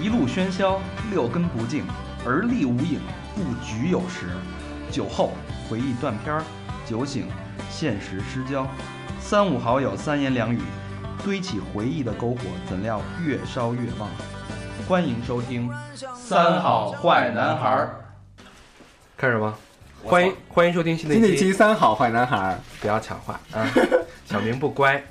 一路喧嚣，六根不净，而立无影，不局有时。酒后回忆断片儿，酒醒现实失焦。三五好友三言两语，堆起回忆的篝火，怎料越烧越旺。欢迎收听《三好坏男孩儿》。开始吗？欢迎欢迎收听新的新的一一期《期，三好坏男孩不要抢话啊！ 小明不乖。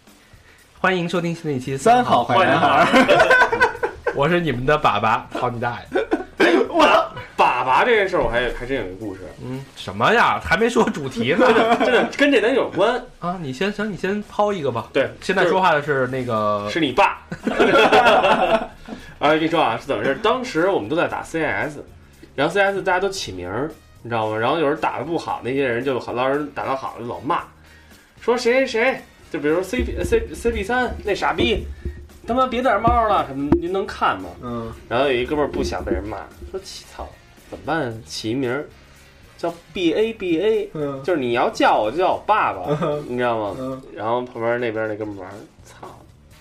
欢迎收听新的一期》，《三好坏男孩儿，我是你们的粑粑，操你大爷！粑粑这件事儿，我还有还真有一个 故事，嗯，什么呀？还没说主题呢 真的跟这咱有关。啊！你先行，你先抛一个吧。对，现在说话的是那个就是是你爸。 啊，跟你说啊，是怎么回事？当时我们都在打 CS，然后 CS 大家都起名儿，你知道吗？然后有人打的不好，那些人就很老人打的好就老骂，说谁谁谁，就比如 CP C CP 三那傻逼，他妈别戴帽了什么，您能看吗？ 嗯，然后有一哥们儿不想被人骂，说起操，怎么办？起一名儿叫 B A B A，嗯就是你要叫我就叫我爸爸嗯，你知道吗？嗯，然后旁边那边那哥们儿，操，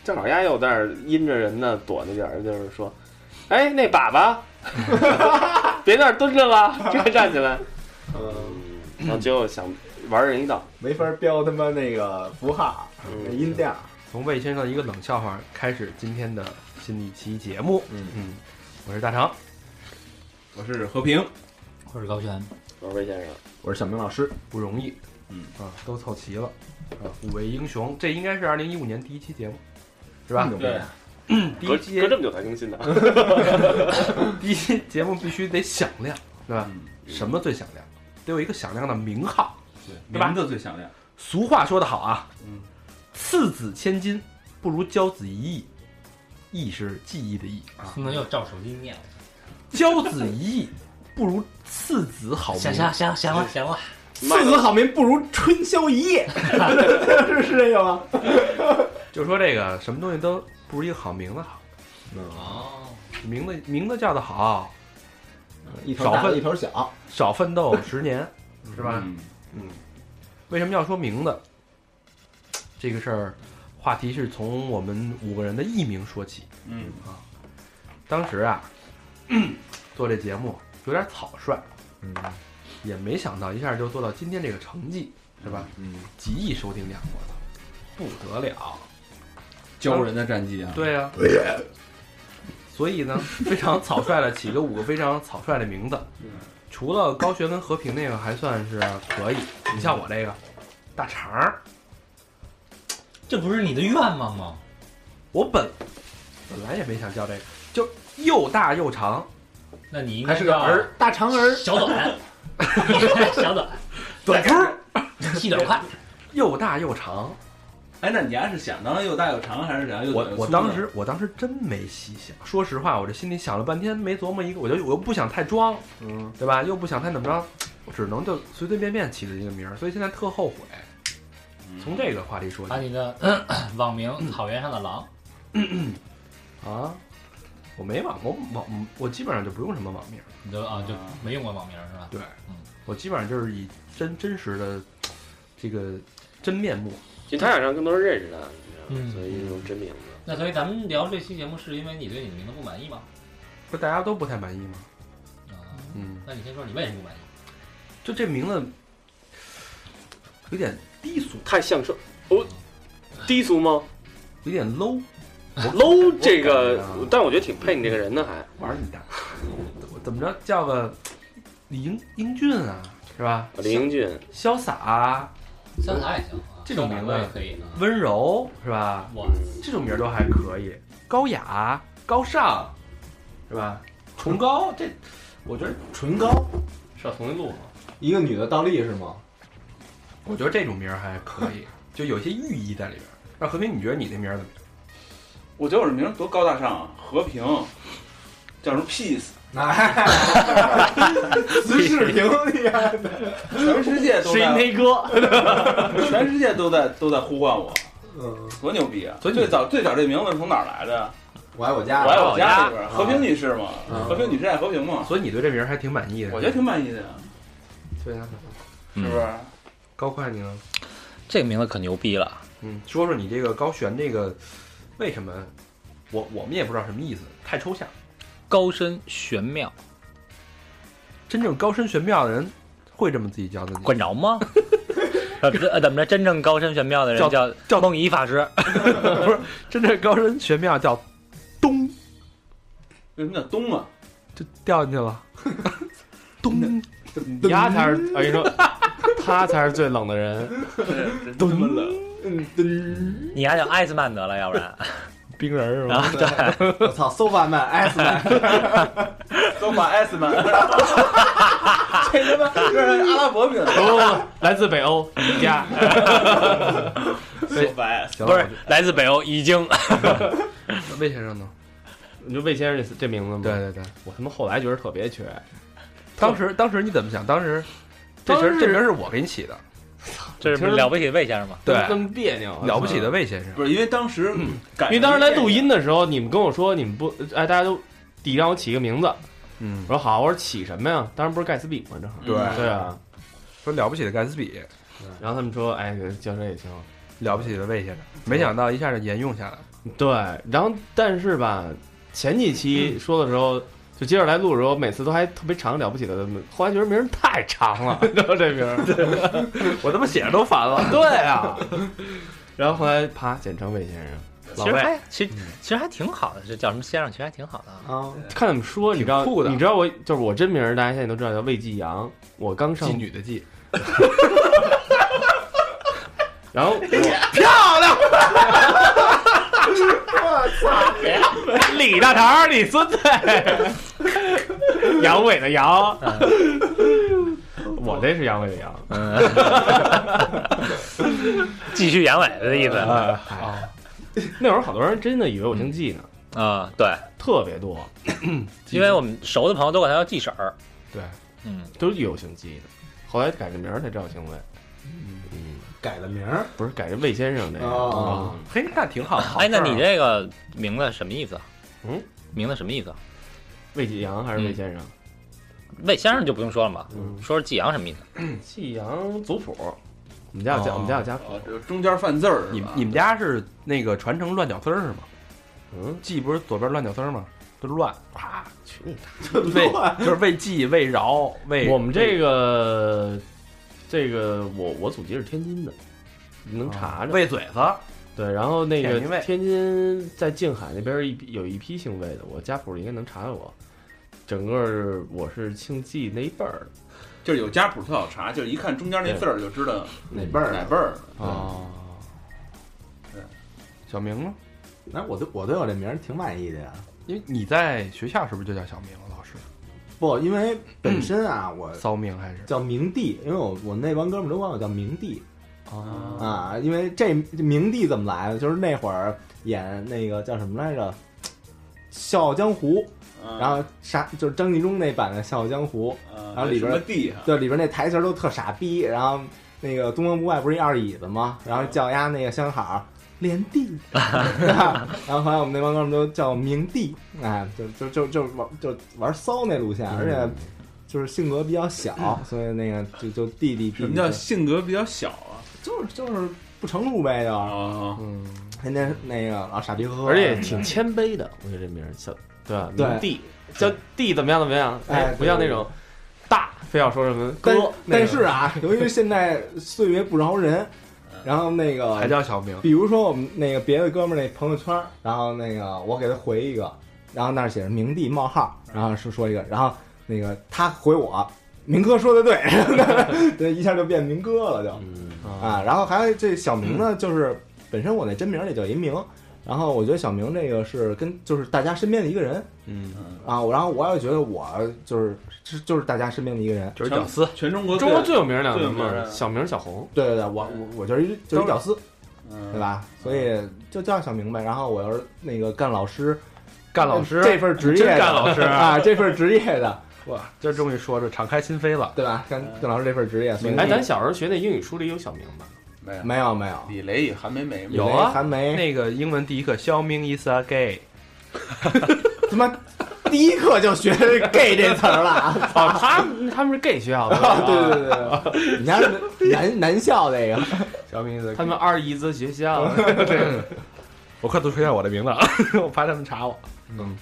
正好丫又在那儿阴着人呢，躲那点儿，就是说，哎，那粑 粑，别那儿蹲着了，这样站起来。嗯，然后结果想玩人一道，没法标他妈那个符号、嗯音调，从魏先生的一个冷笑话开始今天的新的一期节目。嗯嗯，我是大长，我是和平，我是高璇，我说魏先生，我是小明老师，不容易。嗯啊，都凑齐了啊！五位英雄，这应该是二零一五年第一期节目，是吧？你懂啊吗？第隔一期隔这么久才更 新的，第一期节目必 须得响亮，对吧？嗯什么最响亮？得有一个响亮的名号。对吧名字最响亮。俗话说得好啊，嗯，次子千金不如教子一亿，亿是记忆的亿啊，不能又照手机念了。教子一亿不如次子好名行。行行行了行了，四子好名不如春宵一 夜，是是这个吗？就是说这个什么东西都不如一个好名字好，嗯哦，名字名字叫得好，一头少大奋一头小，少奋 斗十年，是吧？嗯，为什么要说名字？这个事儿，话题是从我们五个人的艺名说起。嗯，当时啊，做这节目有点草率，嗯也没想到一下就做到今天这个成绩，是吧？嗯，几亿收听量，我操，不得了！骄人的战绩啊，，对呀、所以呢， 非常草率的起了五个非常草率的名字，嗯除了高学跟和平那个还算是可以，你像我这个大肠儿，这不是你的愿望吗？我本本来也没想叫这个，就又大又长，那你应还该是个叫儿，大长儿，小 短，应该小短，短粗，细短快。又大又长。哎，那你还是想当又大又长，还是想又我短又粗我呢当时我当时真没细想，说实话，我这心里想了半天，没琢磨一个，我就我又不想太装，嗯，对吧？又不想太怎么着，我只能就随随便便起了一个名儿，所以现在特后悔。嗯从这个话题说起把你的 咳网名“草原上的狼啊，我没网我网我基本上就不用什么网名儿，”，你就啊就没用过网名是吧？对嗯我基本上就是以真真实的这个真面目，就他想让更多人认识他，你知道吗？嗯所以用真名字。那所以咱们聊这期节目是因为你对你的名字不满意吗？不是大家都不太满意吗？啊，嗯，那你先说你为什么不满意？就这名字有点低俗，太像说，我嗯低俗吗有点 low， ？low 这我感个觉嗯啊，但我觉得挺配你这个人的，还玩儿你大，我 怎么着叫个李英英俊啊，是吧？李英俊，潇洒啊，潇洒也行啊，这种潇洒名字我也可以。啊温柔是吧？我这种名儿都还可以，高雅、高尚，是吧？崇高，这我觉得，唇膏，上同一路吗？一个女的倒立是吗？我觉得这种名儿还可 以，就有些寓意在里边儿。那和平，你觉得你这名儿怎么样？我觉得我这名儿多高大上，啊，和平，叫什么 peace， 哎，姿势平厉害的，全世界都在，哥， 全世界都在都在呼唤我，嗯，多牛逼啊！所以你最早最早这名字是从哪儿来的？我爱我我家，爱我家家里边儿，和平女士嘛，啊嗯和平女士爱和平嘛，所以你对这名儿还挺满意的。我觉得挺满意的呀，对啊。是不是？高快，你呢？这个名字可牛逼了。嗯，说说你这个高悬这个为什么我我们也不知道什么意思，太抽象。高深玄妙，真正高深玄妙的人会这么自己叫自己，管着吗？ 呃不是呃，怎么着？真正高深玄妙的人叫叫叫梦一法师，不是真正高深玄妙叫咚为什么叫东啊？就掉进去了， 咚丫才是，哎我跟 你说，他才是最冷的人。真他妈冷！你还叫艾斯曼得了，要不 然冰人儿是吧？啊，对，我操，sofa man s man，都把 S 们，这他妈这是阿拉伯 名字，不不不，来自北欧宜家。说白行不了，我是来自北欧已经就魏先生呢？你说魏先生这这名字吗？对，对对，我他妈后来觉得特别缺。当时当时你怎么想？当时这当名时这啊名是我给你起的，这是了不起的魏先生嘛？对这么别扭，了不起的魏先生。不是因为当时赶上因为当时来录一音的时候，你们跟我说你们不，哎，大家都得让我起个名字。嗯我，说好，我说起什么呀？当然不是盖茨比吗？正好。电影，对啊。说了不起的盖茨比，然后他们说，哎，叫这也行。了不起的魏先生，没想到一下就沿用下来了。对，然后但是吧，前几嗯期说的时候，就接着来录的时候，每次都还特别长了不起的，后来觉得名儿太 长了，你知道这名儿。我他妈写着都烦了。对啊，然后后来啪简称魏先生。其实还其实其实还挺好的，这叫什么先生，其实还挺好的啊。啊，看怎么说，你知道挺酷的你知道我就是我真名儿，大家现在都知道叫魏继阳。我刚上妓，女的妓，然后 我李大头，二李 孙子，阳痿的阳，嗯我这是阳痿的阳。嗯 继续阳痿的意哎思啊，嗨那会儿好多人真的以为我姓季呢，啊，对，特别多，因为我们熟的朋友都管他叫季婶儿，对，嗯，都以为我姓季的。后来改个名儿才知道姓魏，改了名儿，不是改成魏先生这个。哦嗯啊嘿，那挺好。好哎，那事儿啊你这个名字什么意思？嗯，名字什么意思？魏继阳还是魏先生？魏先生就不用说了嘛，嗯说是季阳什么意思？季嗯阳族谱，我们家有家，嗯哦我们家有家谱。哦这中间犯字儿是吧，你们你们家是那个传承乱脚丝儿是吗？嗯，季不是左边乱脚丝儿吗？都乱，啪，去你大魏就是魏季、魏饶、魏。爷！我们这哎个这个，我我祖籍是天津的，你能查着。哦魏啊嘴子，对，然后那个天津卫天津在静海那边儿一批有一批姓魏的，我家谱里应该能查到我。整个儿我是姓季那一辈儿就是有家谱特好查，就是一看中间那字儿就知道哪辈儿哪辈儿。的哦，对小明呢？哎，我对我对我这名儿挺满意的呀。因为你在学校是不是就叫小明？老师不，因为本身啊，我呃骚明还是？叫明帝，因为我我那帮哥们儿都管我叫明帝哦，啊，因为这这明帝怎么来的？就是那会儿演那个叫什么来着，《笑傲江湖》，嗯然后啥就是张纪中那版的《笑傲江湖嗯然后里边什么地啊，对，里边那台词儿都特傻逼。然后那个东方不败不是一二椅子吗？然后叫丫那个相好连帝， 然后后来我们那帮哥们都叫明帝，哎，就就就就玩就玩骚那路线，嗯而且就是性格比较小，所以那个就就弟弟弟弟什么叫性格比较小啊？就是就是不成熟呗，就哦，嗯，天天那个老傻逼呵呵，而且挺谦卑的，我觉得这名儿叫哦对吧？对名弟叫弟怎么样怎么样？哎哎，不像那种大非要说什么哥但，那但个是啊，由于现在岁月不饶人，然后那个还叫小明。比如说我们那个别的哥们儿那朋友圈儿，然后那个我给他回一个，然后那儿写着明帝冒号，然后说说一个，然后那个他回我，明哥说的对， 对，一下就变明哥了就嗯，啊。然后还有这小明呢，就是本身我那真名儿里叫一明，然后我觉得小明这个是跟就是大家身边的一个人嗯，啊，然后我也觉得我就是是就是大家身边的一个人，就是屌丝。全中国中国最有名儿两个最有名名儿，儿的小明儿小红，对对对，我我我就是一就是一屌丝。对对？吧？所以就叫小明白。然后我要是那个干老师，干老师这份职业的真干老师 啊，这份职业的，哇，今儿终于说这敞开心扉了。对吧？干干老师这份职业，所以哎，咱小时候学那英语书里有小明吧？没有，没有没有李雷与韩梅梅嘛有啊韩梅那个英文第一课，Xiaoming is a gay。他妈第一课就学 gay 这词儿 了。 哦，他们他们是 gay 学校的，对对对对，你家是男男校那个，小明 is a gay 他们二姨子学校。我快速推荐我的名字啊，我怕他们查我。嗯，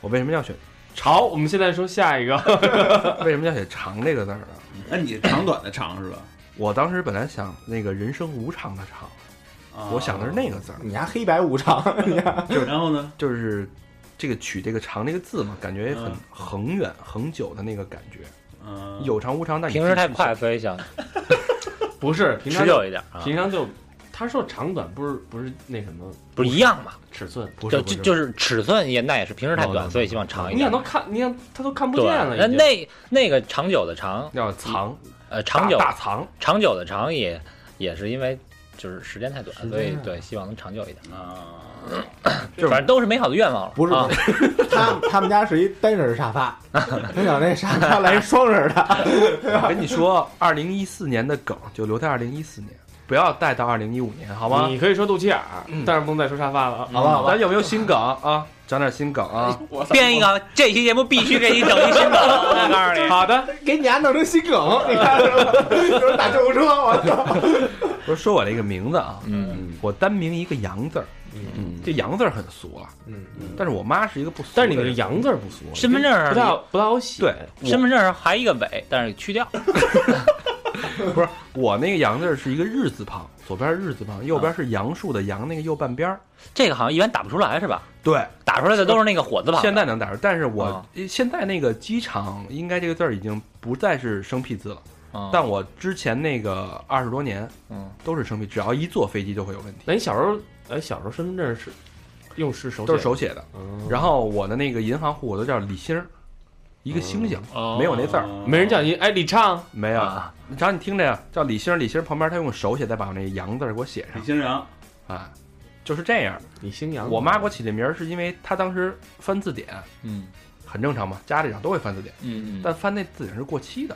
我为什么 要选？潮，我们现在说下一个， 为什么要写“长”这个字儿呢？那你长短的长是吧？我当时本来想那个人生无常的常，啊 我想的是那个字儿，你还黑白无常，你还然后呢？就是这个取这个“长”这个字嘛，感觉很嗯恒远恒久的那个感觉，嗯，有长无常。但你哎平时必须太快，所以想不是平常持久一点啊，平常就他说长短不是不是那什么不是一样嘛？尺寸，不就是不就是哦就是尺寸也那也是平时太 No, no, no, 短，所以希望长一你想点都。看，你想他都看不对见了，，那已经那那个长久的长，要藏呃，长大久大藏，长久的长也也是因为就是时间太短，时间所以啊对希望能长久一点。啊，就是反正都是美好的愿望了。不是啊不是他他们家是一单人沙发，他想那沙发来一双人的， 我跟你说，二零一四年的梗就留在二零一四年，不要带到二零一五年，好吗？你可以说肚脐眼儿，但是不能再说沙发了啊。好吧好吧咱，有没有新梗啊？整点新梗啊！我操编一个，这期节目必须给你整一新的，我告诉你。好的，给你家弄成新梗，你看是吧？就是打救护车，我操！不是说我这个名字啊， 嗯，我单名一个“杨”字儿，嗯这“杨”字儿很俗啊，嗯，但是我妈是一个不俗的人，但是你那个“羊”字儿不俗，身份证不太好上不太好写。对，身份证上还一个尾，但是去掉。我那个“杨”字儿是一个日字旁，左边是日字旁，右边是杨树的“杨”那个右半边儿。这个好像一般打不出来是吧？对，打出来的嗯都是那个火字旁。现在能打出，但是我现在那个机场应该这个字儿已经不再是生僻字了，嗯，但我之前那个二十多年嗯，都是生僻，只要一坐飞机就会有问题，那你小时候，哎，小时候身份证是用是手写都是的，手写的。嗯，然后我的那个银行户口都叫李星儿，一嗯个星星，哦没有那字儿，没人叫你哎李畅，没有哦啊。然后你听着呀，叫李星儿，李星儿旁边他用手写，再把那个杨字儿给我写李上嗯欣然，啊，就是这样。李星阳。我妈给我起这名儿是因为她当时翻字典，嗯很正常嘛，家里长都会翻字典，嗯嗯，但翻那字典是过期的，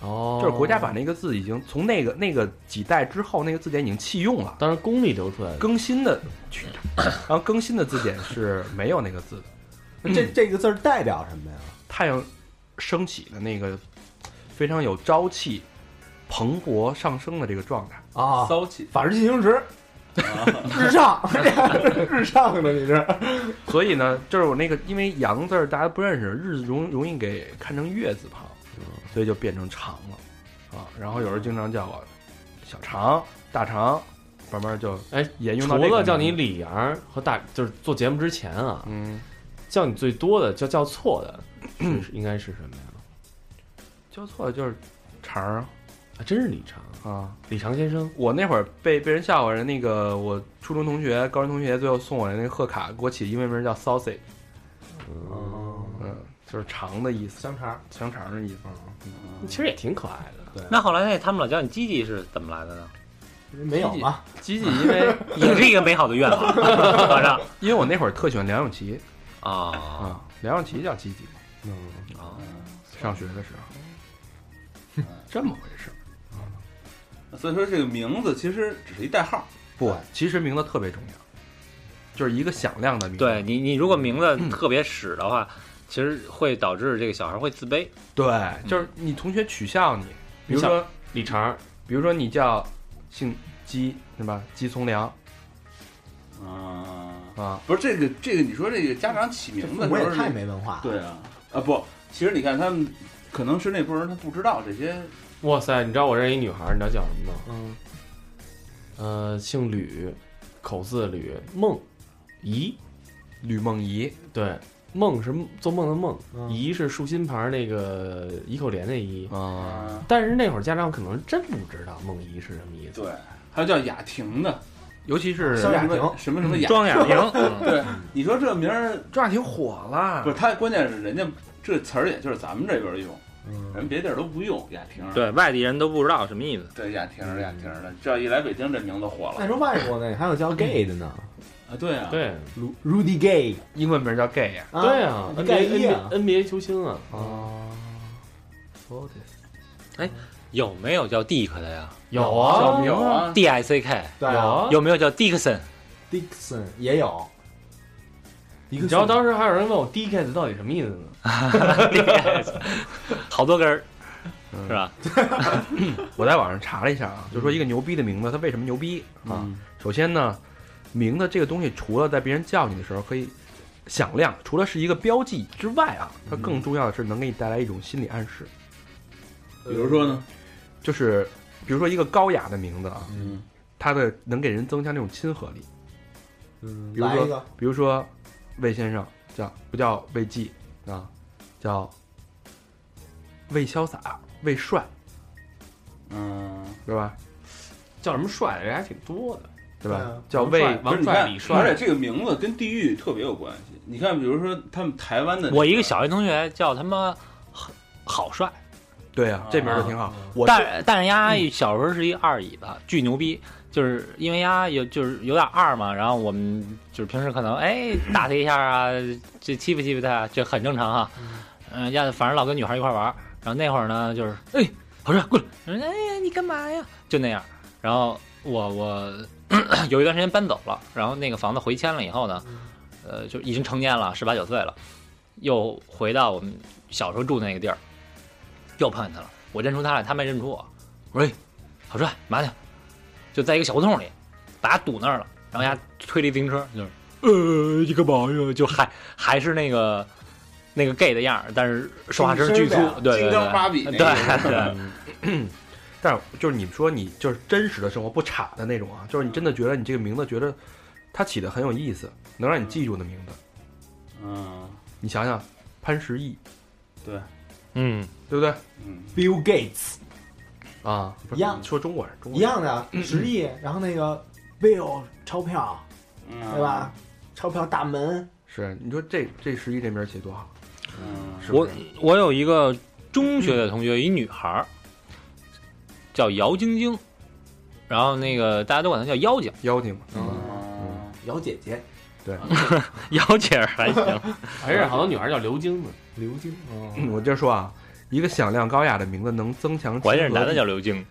哦，就是国家把那个字已经从那个那个几代之后，那个字典已经弃用了，当时宫里流出来的。更新的 去，然后更新的字典是没有那个字的。这这个字儿代表什么呀？太阳升起的那个非常有朝气、蓬勃上升的这个状态。啊，骚气，法制进行 时，日上， 日上的你这，所以呢，就是我那个因为“阳”字儿大家不认识，日字容容易给看成月字旁，嗯所以就变成长了啊。然后有人经常叫我小长、大长，慢慢就哎沿用除到这个了叫名你字，李阳儿和大，就是做节目之前啊，嗯，叫你最多的叫叫错的，是应该是什么呀？叫错了就是长儿啊，真是李长，啊。李长先生。我那会儿被被人笑话，人那个我初中同学、高中同学最后送我的那个贺卡，给我起英文名叫 sausage，嗯，就是长的意思，香肠，香肠的意思。啊其实也挺可爱的。那后来那他们老叫你鸡鸡是怎么来的呢？没有吗？吉吉，因为也是一个美好的愿望， 反正因为我那会儿特喜欢梁咏琪啊啊，嗯梁咏琪叫吉吉，啊，上学的时候， 这么回事儿。所以说这个名字其实只是一代号，不，其实名字特别重要，就是一个响亮的名字。对你你如果名字特别屎的话，其实会导致这个小孩会自卑。对，就是你同学取笑你，比如说，李长，比如说你叫姓姬是吧？姬从良啊，啊，不是这个这个，你说这个家长起名字我时也候太是，没文化了。对啊，啊不，其实你看他们。可能是那波人他不知道这些，哇塞！你知道我认识一女孩儿，你知道叫什么吗？嗯，呃，姓吕，口字吕，梦，怡，吕梦怡，对，梦是做梦的梦，嗯怡是竖心旁那个怡口莲的怡。啊，啊，但是那会儿家长可能真不知道梦怡是什么意思。对，还有叫雅婷的，尤其是萧亚什么婷什么什么嗯雅，庄雅婷，对，你说这名儿这挺火了不是，他关键是人家这词儿也就是咱们这边儿用，人别地儿都不用雅婷儿。对外地人都不知道什么意思。对，雅婷儿，雅婷儿的，这一来北京，这名字火了那时候外国呢，还有叫 gay 的呢啊！对啊，对，Ru-，Rudy Gay，英文名叫 gay 呀、对啊盖伊啊，NBA NBA 球星啊，哦， 有没有叫 Dick 的呀有小啊，明啊， ？D I C K 对有啊啊。有没有叫 Dickson？ ，Dixon 也有。你你知道当时还有人问我 D K 到底什么意思呢？好多根 儿，是吧？嗯啊我在网上查了一下啊，就说一个牛逼的名字，它为什么牛逼啊？首先呢，名字这个东西，除了在别人叫你的时候可以响亮，除了是一个标记之外啊，它更嗯重要的是能给你带来一种心理暗示，呃比如说呢，就是比如说一个高雅的名字啊，嗯，它的能给人增加那种亲和力。嗯比如来一说，个，比如说魏先生叫不叫魏记啊，叫魏潇洒、魏帅，嗯，对吧？叫什么帅的人还挺多的，对吧？对啊叫王嗯帅魏不是王你帅、看李帅。而且这个名字跟地域特别有关系。你看，比如说他们台湾的，我一个小学同学叫他妈好好帅，对啊，这名儿就挺好。我但但是嗯丫小时候是一二椅子，巨牛逼，就是因为丫有就是有点二嘛，然后我们就是平时可能 哎打他一下啊，这欺负欺负他啊，这很正常哈。嗯，丫反正老跟女孩一块玩儿，然后那会儿呢就是哎，好帅过来，人家哎呀你干嘛呀？就那样。然后我我 有一段时间搬走了，然后那个房子回迁了以后呢，呃，就已经成年了，十八九岁了，又回到我们小时候住的那个地儿，又碰见他了。我认出他来，他没认出我。我说：“哎，好帅，嘛去？”就在一个小胡同里，把他堵那儿了。然后人家推了一自行车，就是呃，你干嘛呀？就还还是那个那个 gay 的样儿，但是说话声巨粗精对神，对对，精装芭比那对个对，但是就是你说你就是真实的生活不差的那种啊，就是你真的觉得你这个名字觉得它起的很有意思，能让你记住的名字。嗯你想想，潘石屹，嗯，对不对？嗯， Bill Gates 啊，不是一样说中国人，中一国人样的啊十亿，然后那个 Bill 钞票，对对吧？？钞票大门，是你说这这石屹这名儿起多好，嗯，是不我是？我有一个中学的同学，一女孩儿叫姚晶晶，然后那个大家都管她叫妖精，妖精嘛，嗯姚姐姐，妖姐儿还行。还是好多女孩叫刘晶呢。刘晶，嗯我接着说啊，一个响亮高雅的名字能增强亲我和还力。认识男的叫刘晶，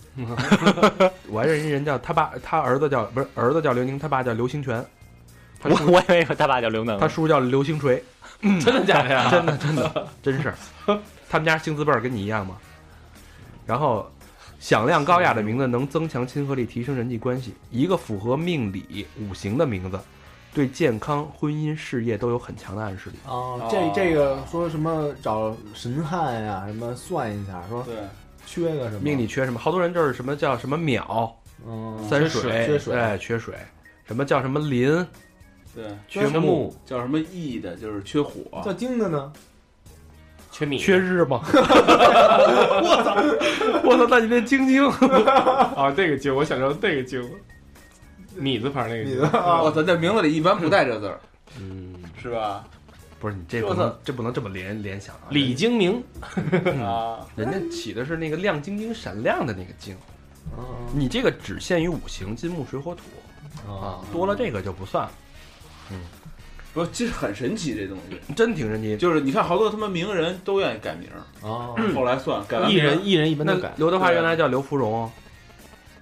我还认识一人叫他爸，他儿子叫不是儿子叫刘宁，他爸叫刘兴全，他我叔我以为他爸叫刘能。他叔叫刘兴锤，真的假的 呀？ 真的真的真是，他们家姓字辈儿跟你一样嘛。然后，响亮高雅的名字能增强亲和力，提升人际关系。一个符合命理五行的名字，对健康、婚姻、事业都有很强的暗示力。哦哦，这这个说什么找神汉呀、什么算一下，说对，缺个什么命里，缺什么？好多人就是什么叫什么秒嗯，三缺水，缺水哎，缺水。什么叫什么林对，缺木木，叫什么义的，就是缺火，叫金的呢，缺米，缺日吗？ 我操！我操！那你那晶晶啊，那个精，我想到那个精，米字旁那个你精的。啊，我操，这名字里一般不带这字儿，嗯，是吧？不是你这我不操能这不能这么联联想啊！李精明，啊，人人家起的是那个亮晶晶、闪亮的那个晶，嗯你这个只限于五行金木水火土啊，多了这个就不算了，不，其实很神奇这东西，真挺神奇。就是你看好多他妈名人都愿意改名儿，哦，嗯后来算改完艺名儿人艺人一般那都改。刘德华对原来叫刘芙蓉，哦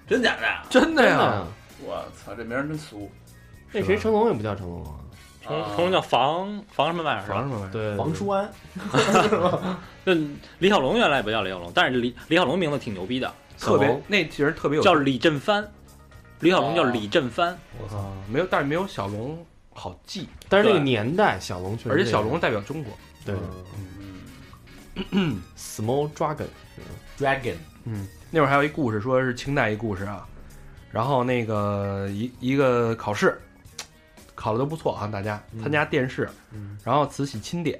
真假的呀？真的呀呀，啊我操，这名儿真俗，那谁成龙也不叫成龙啊？成成龙叫房房什么玩意儿是吧？房什么玩意儿？对，王舒安，就李小龙原来也不叫李小龙，但是李李小龙名字挺牛逼的，特小别龙那其实特别有叫李振藩。李小龙叫李振藩，我操，没有，但是没有小龙好记，但是那个年代，小龙确实，而且小龙代表中国，对嗯， Small Dragon， Dragon，嗯，那会儿还有一故事，说是清代一故事啊，然后那个一一个考试，考的都不错啊，大家参加殿试，嗯然后慈禧钦点，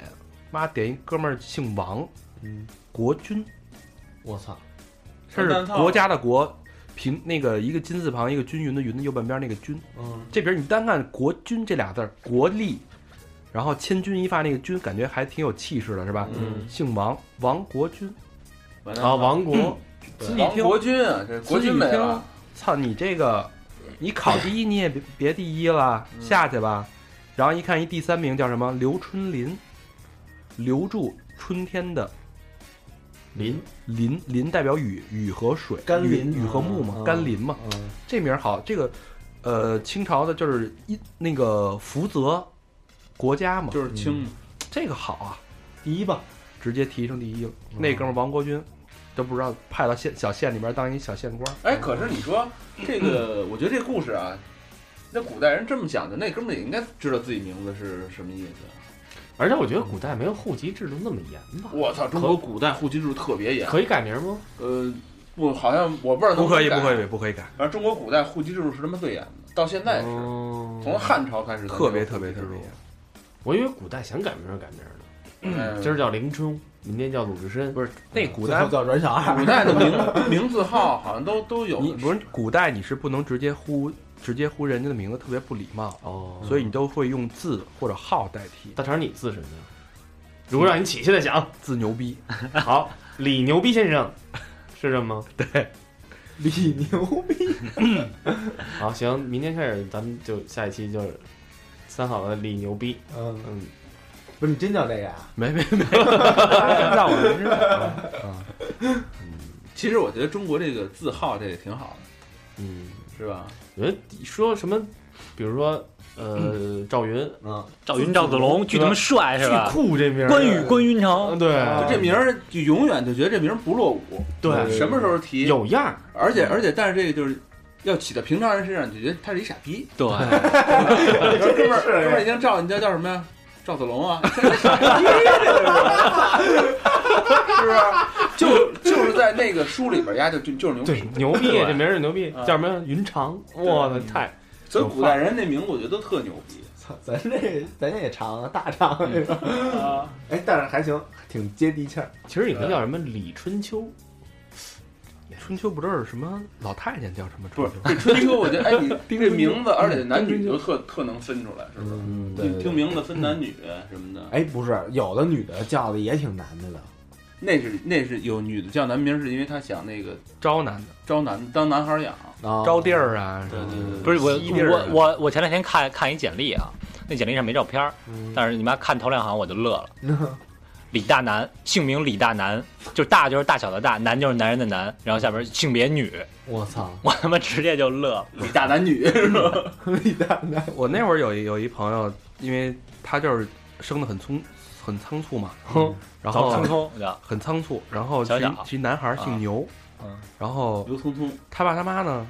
妈点一哥们儿姓王，嗯，国君，我操，这蛋是套国家的国，平那个一个金字旁，一个均匀的匀的右半边那个均，嗯，这边你单看国君这俩字儿，国力，然后千钧一发那个钧，感觉还挺有气势的，是吧？嗯姓王，王国君，嗯完蛋啊，了王 国，慈禧嗯王听国君啊，这国君没自己了，操你这个，你考第一你也别别第一了，嗯下去吧。然后一看一第三名叫什么刘春林，留住春天的林林，林代表雨雨和水，甘霖雨雨和木啊嘛嗯，甘霖嘛，嗯，这名儿好。这个呃，清朝的就是一那个福泽国家嘛，就是清这个好啊，第一吧，直接提升第一了。嗯那哥们儿王国军都不知道派到县小县里边当一小县官儿，哎，可是你说这个，我觉得这故事啊，那古代人这么讲究，那哥们儿也应该知道自己名字是什么意思。而且我觉得古代没有户籍制度那么严吧？我操，中国古代户籍制度特别严。可以改名吗？呃，不，好像我不知道能不可以，改不可。以，不可以改，反正中国古代户籍制度是他妈最严的，到现在也是，哦从汉朝开始特别特别特别严。我以为古代想改名就改名呢，别严今儿叫林冲，明天叫鲁智深，不是那古最后代叫阮小二，古代的名名字号好像都都有。你不是古代你是不能直接呼直接呼人家的名字，特别不礼貌，哦，所以你都会用字或者号代替。大肠你字什么呀？如果让你起，现在想，字牛逼，好，李牛逼先生是这么吗？李牛逼，好，行，明天开始咱们就下一期就是三好的李牛逼，嗯，嗯，不是你真叫这个呀？没没没，让我们知道啊啊，其实我觉得中国这个字号这也挺好嗯，的，是吧？我觉得说什么，比如说呃，赵云，嗯，赵云、赵子龙，巨他妈帅是巨吧？酷这名儿，关羽、关云嗯，长，就对这名儿就永远就觉得这名儿不落伍，对，什么时候提？有样儿，而且而且，但是这个就是要起到平常人身上，你就觉得他是一傻逼。对，你 说哥们儿，哥们儿已经照你叫叫什么呀？赵子龙 啊，这是傻逼这是不是？就就是在那个书里边，丫就就就是牛对嗯逼。，牛逼，这名儿是牛逼，啊叫什么呀云长，我的太，所以古代人那名，我觉得都特牛逼。操，咱这咱也长啊，大长啊那种，哎，但是还行，挺接地气儿。其实你可以叫什么李春秋，春秋不知道是什么老太监叫什么不春是秋，这春秋，我觉得哎，你这名字，而且男女都特特能分出来，是不是？嗯，对听名字分男女什么的，哎，不是，有的女的叫的也挺难的的，那是那是有女的叫男名，是因为她想那个招男的招男当男孩养。啊招弟儿啊，对对对，不是我西边儿我我我前两天看看一简历啊，那简历上没照片儿，嗯但是你妈看头两行我就乐了。李大男，姓名李大男，就大就是大小的大，男就是男人的男，然后下边性别女，我操，我他妈直接就乐了。李大男女是吧？李大男，我那会儿有一有一朋友，因为他就是生的很匆很仓促嘛，嗯哼然早后匆匆，对吧很仓促，然后其小实小其实男孩儿姓牛，嗯然后刘聪聪，他爸他妈呢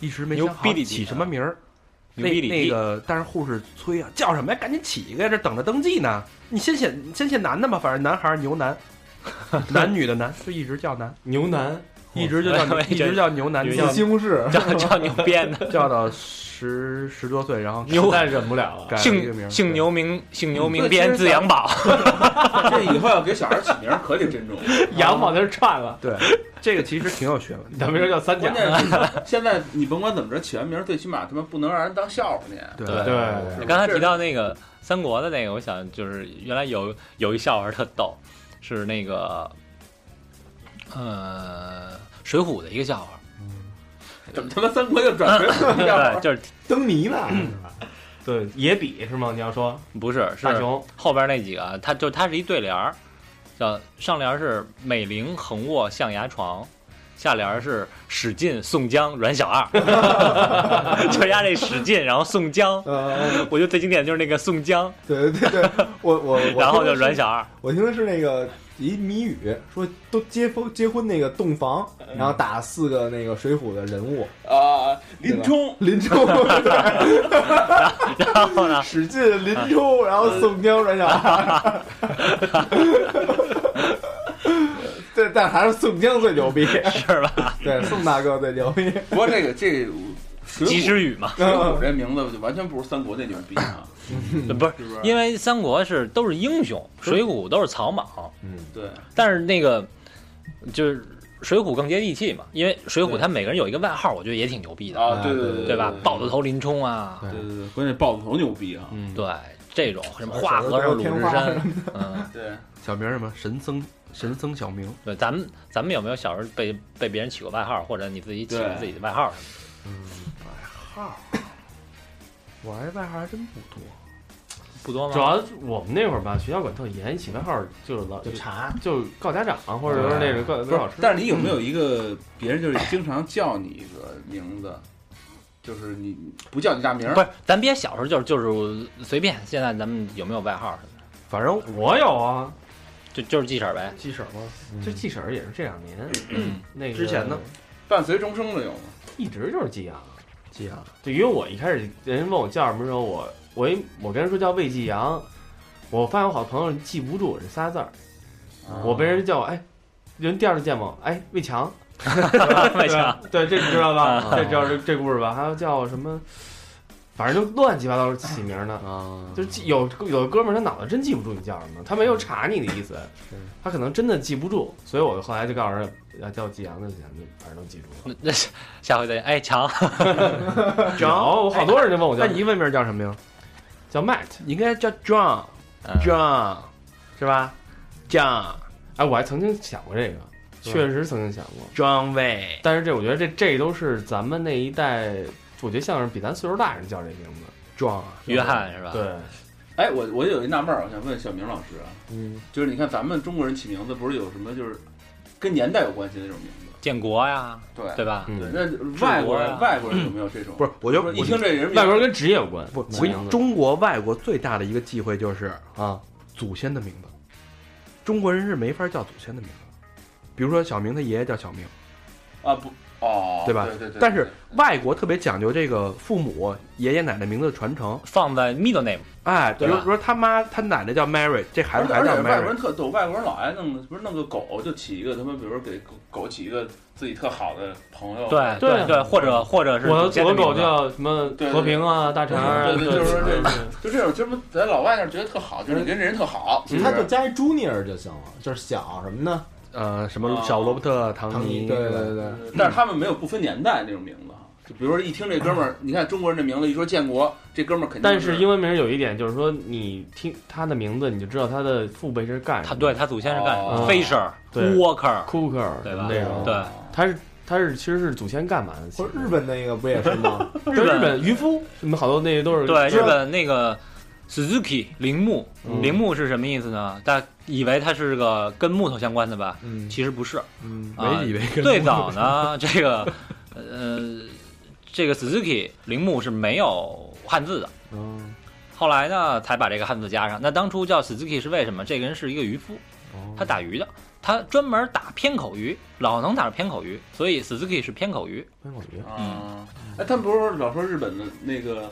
一时没想牛好逼里地起什么名儿，牛逼那里那地个但是护士催啊，叫什么呀？赶紧起一个呀，这等着登记呢。你先写先写男的吧，反正男孩儿牛 男，男女的男就一直叫男，牛男，一直就叫我牛也一觉得直叫牛男，有叫叫西红柿，叫叫牛编的，叫到十十多岁，然后实在忍不了 了，改了一个名姓儿姓对牛名姓牛嗯名对其编实字杨宝， 这以后要给小孩起名可得珍重。 羊往那儿串了，对，这个其实挺有学问的。咱们说叫三关角，键是现在你甭管怎么着，起完名最起码他妈不能让人当笑话念。对对对，嗯你刚才提到那个三国的那个，我想就是原来有有一笑话特逗，是那个呃《水浒》的一个笑话， 怎么他妈三国又转成笑对，话？就是灯谜呢，是吧对，野比是吗？你要说不是是大熊，后边那几个啊，它就它是一对联儿，叫上联儿是美玲横卧象牙床，下联儿是史进宋江阮小二， 就压这史进，然后宋江，呃，我觉得最经典就是那个宋江，对对对，对，我我我， 然后就阮小二，我听的是那个一谜语，说都结婚结婚那个洞房，嗯然后打四个那个水浒的 人物，啊，林冲，林冲、然后呢，嗯史进、林冲，然后宋江、阮小二。 对，但还是宋江最牛逼，是吧？对，宋大哥最牛 逼。嗯不过这个这个水及浒时雨嘛，水浒这名字就完全不如三国那女逼啊，不是，是不是？因为三国是都是英雄，水浒都是草莽，对，但是那个就是水浒更接地气嘛，因为水浒对他每个人有一个外号，我觉得也挺牛逼的，啊，对对对对吧？豹豹子头林冲啊，对对对，关键豹子头牛逼啊！嗯，对，这种什么花和尚、鲁智深，嗯，对，小名儿什么神僧神僧小明，对，咱们咱们有没有小时候被被别人起过外号，或者你自己起对自己的外号？我这外号还真不多。不多吗？主要是我们那会儿吧，学校管特严，起外号就是老就查，就告家长，或者是那个告不告是老师，，但是你有没有一个别人就是经常叫你一个名字，就是你不叫你大名儿不，是，咱别小时候就是就是随便。现在咱们有没有外号什么的？反正我有啊，嗯就就是记婶呗。记手吗？这记婶儿也是这两年，那个之前呢，伴随终生的有吗？一直就是记啊，季阳，对，因为我一开始人家问我叫什么时候，我我一我跟人说叫魏继阳，我发现我好多朋友记不住这仨字儿，我被人叫我哎，人第二次见我哎魏强，外强，对，这你知道吧？这知道这这故事吧？还有叫什么，反正就乱七八糟起名呢。啊就是记有有的哥们儿他脑子真记不住你叫什么，他没有查你的意思，他可能真的记不住，所以我后来就告诉人要叫季阳就行，就反正都记住了。那那下回再见。哎，强，然后我好多人就问我叫那你英文名叫什么呀？叫 Matt，你应该叫 John 嗯 John 是吧？ John 哎，我还曾经想过这个，确实曾经想过， John Way。但是这我觉得这这都是咱们那一代，我觉得像是比咱岁数大人叫这名字。壮，约翰是吧？对，哎，我我有一纳闷儿，我想问小明老师啊，嗯，就是你看咱们中国人起名字不是有什么就是跟年代有关系的那种名字？建国呀，对对吧？对，那外国人嗯外国人有没有这种？不是，是，我就一听这人名外国人跟职业有关，不，起我名一字中国外国最大的一个忌讳就是啊，祖先的名字，中国人是没法叫祖先的名字，比如说小明他爷爷叫小明，啊不哦，对吧对对对。但是对外国特别讲究这个父母爷爷奶奶名字的传承，放在 middle name，哎，比对如吧比如说他妈他奶奶叫 Mary，这孩而子且还而叫且外国 Mary，人特逗，外国人老爱弄，不是弄个狗就起一个他妈，比如说给狗狗起一个自己特好的朋友，对对对，或者或者是我祖先的我的名字狗叫什么对对和平啊、大肠啊，对对对就是说这对就这种，就是在老外那儿觉得特好，就是你跟人特好，其嗯实他就加一 junior 就行了，就是小什么的，呃，什么小罗伯特唐唐尼，尼，对对对，嗯但是他们没有不分年代这种名字哈。就比如说一听这哥们儿，你看中国人的名字一说建国，这哥们儿肯定但是是英文名有一点，就是说你听他的名字，你就知道他的父辈是干什他么。对他祖先是干什么哦？Fisher、对 Walker， ，Cooker 对什吧么这种，对，他是他是其实是祖先干嘛的？或者日本那个不也是吗？对日本渔夫什么好多那些都是对知日道本那个 Suzuki 铃木，嗯铃木是什么意思呢？大家以为它是个跟木头相关的吧？嗯其实不是。嗯啊没以为跟最早 呢，这个呃，这个 Suzuki 铃木是没有汉字的。嗯，后来呢，才把这个汉字加上。那当初叫 Suzuki 是为什么？这个人是一个渔夫，哦他打鱼的，他专门打偏口鱼，老能打偏口鱼，所以 Suzuki 是偏口鱼。哎我觉得啊，哎，他们不是老说日本的那个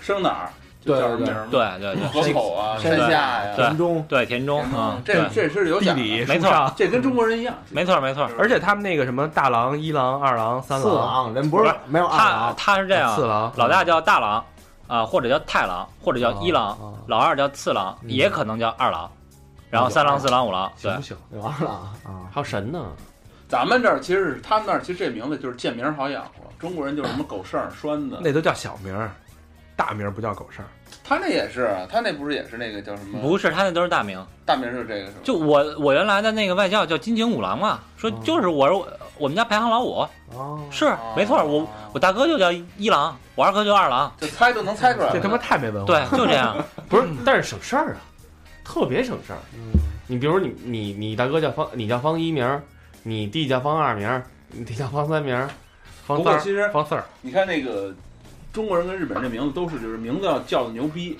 生哪儿就叫什么名哦儿吗？对对对，河口啊，山山下对呀，田中对田中 啊，这对这是有地讲理的，没错书上这跟中国人一样，没错没错。是吧而且他们那个什么大郎、一郎、二郎、三四郎，人不是没有二他啊郎，他是这样，次郎，老大叫大郎啊，或者叫太郎，或者叫一郎，啊老二叫次郎，嗯也可能叫二郎，然后那就三郎、二四郎、五郎，行对不，行？有二郎啊，还有神呢，咱们这儿其实是他们那儿，其实这名字就是见名儿好养活。中国人就是什么狗剩儿、栓子，那都叫小名儿，大名儿不叫狗剩儿。他那也是，啊他那不是也是那个叫什么？不是他那都是大名。大名就是这个是吧？就我我原来的那个外教叫金井五郎嘛，说就是我是我我们家排行老五，哦，是没错，我我大哥就叫一郎，我二哥就二郎，就猜都能猜出来了。这他妈太没文化。对，就这样。不是，但是省事儿啊，特别省事儿。你比如你你你大哥叫方，你叫方一名儿，你弟叫方二名儿，你弟叫方三名儿，方不四过儿，其实方四儿，你看那个中国人跟日本人这名字都是，就是名字要叫的牛逼，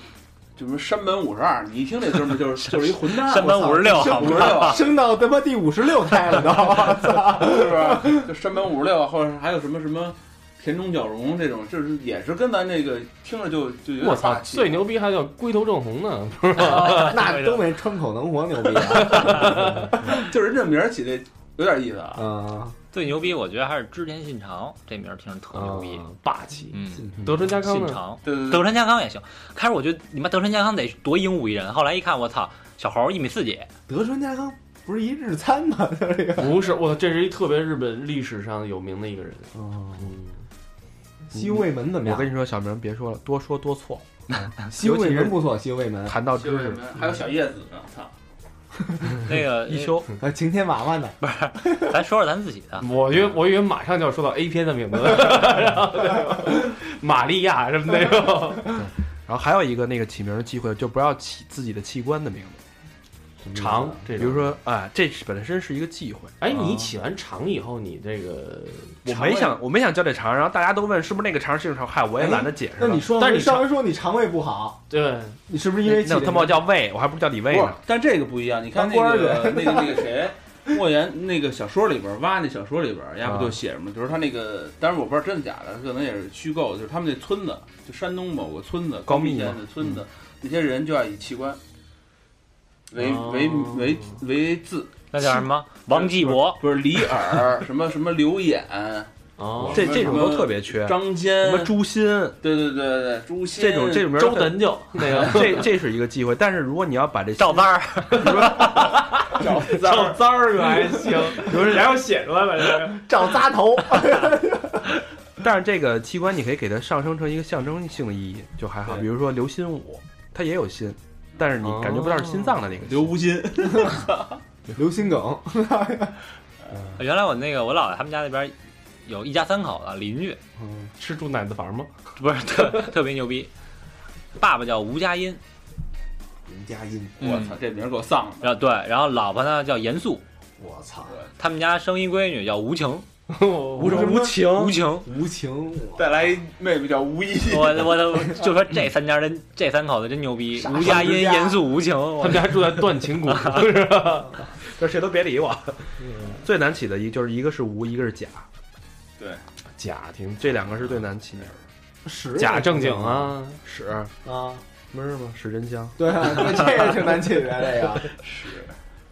就什么山本五十二，你一听这哥们儿就 是就是一混蛋，山本五十六，好五吗十？六啊，升到他妈第五十六胎了 都，是不是？就山本五十六啊，或者还有什么什么田中角荣这种，就是也是跟咱这个听着就就有我点操霸，气。最牛逼还叫龟头正红呢，不是那都没川口能活牛逼啊， 就是人这名儿起的有点意思啊。嗯，最牛逼，我觉得还是织田信长这名儿听着特牛逼。啊霸气。嗯，德川家康信呢？长，对对对德川家康也行。开始我觉得你妈德川家康得多英武一人，后来一看，我操，小猴一米四几，德川家康不是一日餐吗？嗯就是这个，不是，我操，这是一特别日本历史上有名的一个人。嗯，西游卫门怎么我样跟？你说，小明别说了，多说多错。西游卫门不错，西游卫门，谈到对，知就是什识，么还有小叶子呢，操！那个一休还有呃晴天娃娃呢，咱说说咱自己的， 我以为我以为马上就要说到 A 片的名字了，然后对玛利亚什么那种。然后还有一个那个起名的机会，就不要起自己的器官的名字， 长，嗯这比种如，说啊，这本身是一个忌讳。哎，你起完长以后，你这个，我肠胃没想，我没想叫这肠，然后大家都问是不是那个肠是那个肠，害我也懒得解释那了你。说，但是你上回说你肠胃不好，对，你是不是因为起那他妈叫胃，我还不如叫李不胃是呢。， 但这个不一样。你看那当官个那个那个谁，莫言那个小说里边，挖那小说里边，要不就写什么，就是他那个，当然我不知道真的假的，可能也是虚构，就是他们那村子，就山东某个村子，高高密密嘛县的村子，那些人就要以器官为为哦为为字，那叫什么？王继博，不是李耳，什么什么刘演、哦，这这种都特别缺，张什坚么，诛心对对对对对，诛仙这种这种人周掸就那个 这这是一个机会，但是如果你要把这赵三儿，赵三儿可还行， 不是，然后写出来吧，这个找扎头，但是这个器官你可以给它上升成一个象征性的意义，就还好。对比如说刘心武，他也有心，但是你感觉不到是心脏的那个心。刘无心，流心梗，原来我那个我姥姥他们家那边有一家三口的邻居，嗯吃住奶子房吗？不是特特别牛逼，爸爸叫吴佳音，林佳音，嗯我操，这名儿够 丧的，然后对，然后老婆呢叫严素，我操，他们家生一闺女叫吴晴，无什么情吴晴，无情，再来一妹妹叫吴一，我我都就说这三家人这三口子真牛逼，傻吴佳音、逼呀严肃、无情，他我们家住在断情谷，是吧？就谁都别理我。 最难起的一就是一个是无，一个是假，假挺这两个是最难起的。是假正经啊，史啊，不是吗？史真香。对啊，对这个挺难解决这个，是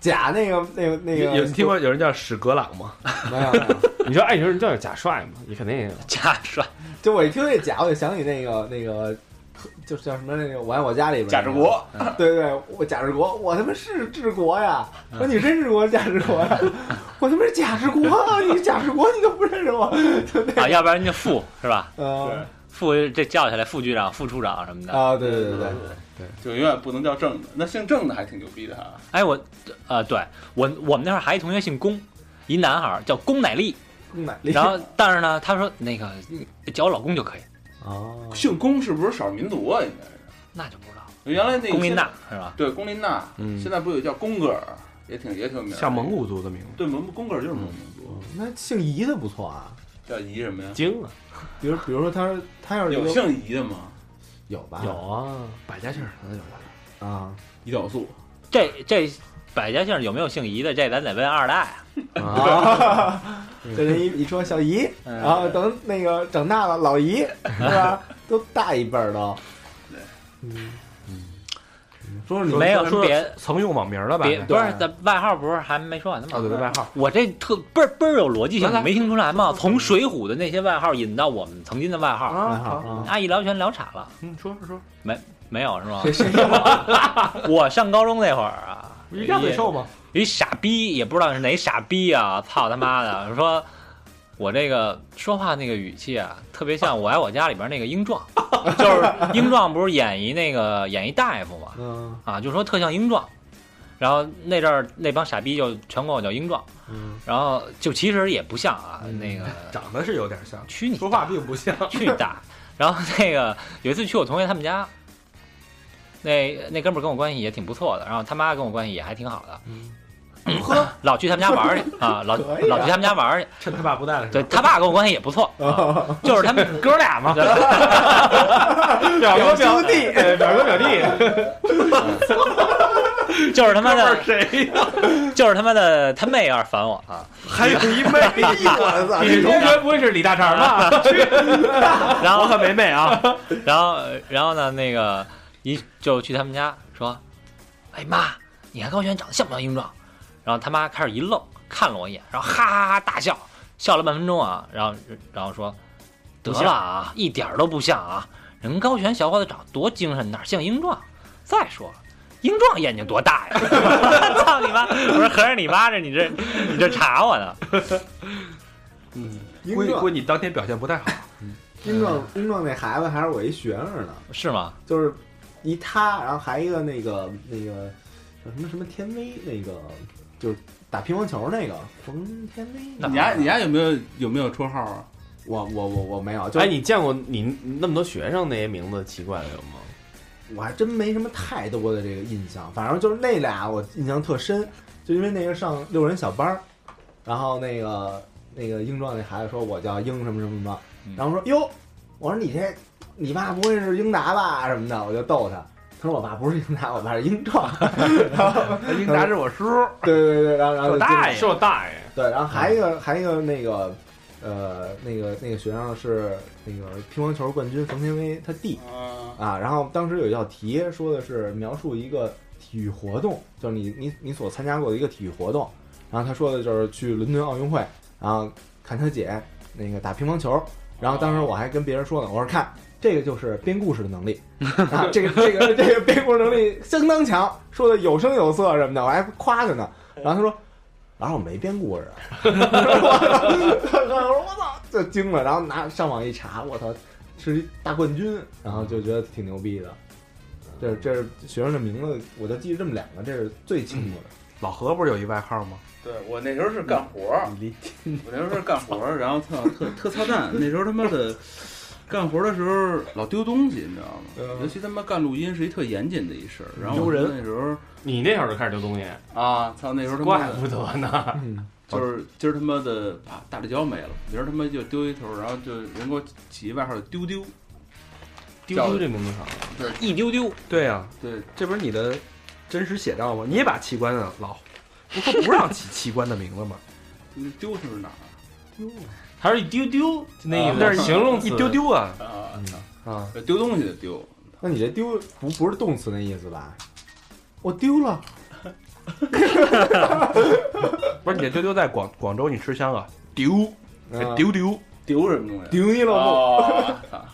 假那个那个那有个，有你听过有人叫史格朗吗？没有？没有你说哎，你说你叫假帅吗？你肯定也有假帅，就我一听这假，我就想起那个那个，就是叫什么那个《我爱我家》里边贾志国，对对，我贾志国，我他妈是治国呀！我说你认识我贾志国呀？我他妈是贾志国啊！你贾志国你都不认识我？啊，要不然人家副是吧？呃副这叫起来副局长、副处长什么的。啊，对对对对，就永远不能叫正的，那姓郑的还挺牛逼的哈，哎，我呃，对我我们那会儿还一同学姓龚，一男孩儿叫龚乃利，公奶力然后但是呢，他说那个叫我老公就可以，哦，姓龚是不是少数民族啊？应该是那就不知道原来那个龚琳娜是吧？对，龚琳娜，嗯现在不有叫宫格尔，也挺也挺有名，像蒙，古族的名字。对，蒙宫格尔就是蒙古族， 那姓仪的不错啊。叫仪什么呀？精啊，比如比如说他他要是有姓仪的吗？有吧有啊，百家姓儿可能有吧。啊，胰岛素，这这百家姓有没有姓仪的？这咱得问二代啊。 这啊人一一说小姨，嗯然后等那个长大了老姨是吧？ 都大一辈儿都。嗯说没有说别曾用网名了吧？别不啊，是，咱外号不是还没说完呢吗？对对，外号。我这特倍儿倍儿有逻辑性，来来你没听出来吗？从《水浒》的那些外号引到我们曾经的外号，啊啊，好，好啊，一聊全聊岔了，嗯，说说，没有是吗谁？谁 我上高中那会儿啊，你让嘴兽吗？有一傻逼，也不知道是哪傻逼啊！操他妈的，说我这个说话那个语气啊，特别像《我爱我家》里边那个英壮，就是英壮不是演一那个演一大夫嘛，嗯啊，就说特像英壮。然后那阵儿那帮傻逼就全管我叫英壮，嗯，然后就其实也不像啊，那 个长得是有点像，去你说大话并不像。去打。 然后那个有一次去我同学他们家，那那哥们儿跟我关系也挺不错的，然后他妈跟我关系也还挺好的， 老去他们家玩儿 去啊，老可以啊老去他们家玩儿去。趁他爸不在的时对他爸跟我关系也不 错，啊哦就是他们哥俩嘛。表哥表兄弟哎表哥表 弟， 就是他妈的谁呀？ 就是他妈的他妹要是烦我啊，候，还有一妹，我操！ 你同学不会是李大肠吧？ 然后我可没妹啊，然后然后呢那个一就去他们家说，哎妈，你看高璇长得像不像英壮？然后他妈开始一愣，看了我一眼，然后哈哈哈大笑，笑了半分钟啊，然后然后说，得了啊，一点儿都不像啊，人高璇小伙子长多精神，哪像英壮？再说了。英壮眼睛多大呀！ 操你妈！我说合着你妈这你这你这查我呢？英嗯估计嗯壮估计你当天表现不太好。英壮英壮那孩子还是我一学生呢，是吗？就是一他，然后还一个那个那个叫什么什么天威那个，就是打乒乓球那个冯天威。你家你家有没有有没有绰号啊？我我我我没有，就哎，你见过你你那么多学生那些名字奇怪的有吗？我还真没什么太多的这个印象，反正就是那俩我印象特深，就因为那个上六人小班儿，然后那个那个英壮那孩子说我叫英什么什么什么，然后说哟，我说你这你爸不会是英达吧什么的，我就逗他，他说我爸不是英达，我爸是英壮。 英达哎是我叔，对对对，然后然后我呃就大爷是，我大爷，对，然后还有一个还有一个那个呃那个那个学生是那个乒乓球冠军冯天薇他弟啊，啊，然后当时有一道题说的是描述一个体育活动，就是你你你所参加过的一个体育活动，然后他说的就是去伦敦奥运会，然后看他姐那个打乒乓球，然后当时我还跟别人说呢，我说看。这个就是编故事的能力啊！这个这个这个编故事能力相当强，说的有声有色什么的，我还夸他呢。然后他说：“然后我没编故事。”然后我操，就惊了，然后拿上网一查，我操，是一大冠军，然后就觉得挺牛逼的。这这是学生的名字，我就记这么两个，这是最清楚的。老何不是有一外号吗？对我那时候是干活儿，我那时候是干 活儿，然后特特特操蛋，那时候他妈 的。干活儿的时候老丢东西，你知道吗？嗯尤其他妈干录音是一特严谨的一事儿。然后丢人我那时候你那会儿就开始丢东西，啊，操！那时候他妈怪的不得 呢。嗯，就是今儿他妈的啊，大力胶没了，明儿他妈就丢一头，然后就人给我起一外号叫丢丢，丢丢这名字好，一丢丢，对呀、对，这不是你的真实写照吗？你也把器官啊，老不说不让起器官的名字 吗？丢是哪儿还是一丢丢，就那意思。那是形容词一丢，丢啊啊？啊！丢东西的丢，那你这丢不不是动词那意思吧？我丢了，不是你这丢丢在广广州你吃香啊？丢啊丢丢，丢什么东西？丢你了 哦，操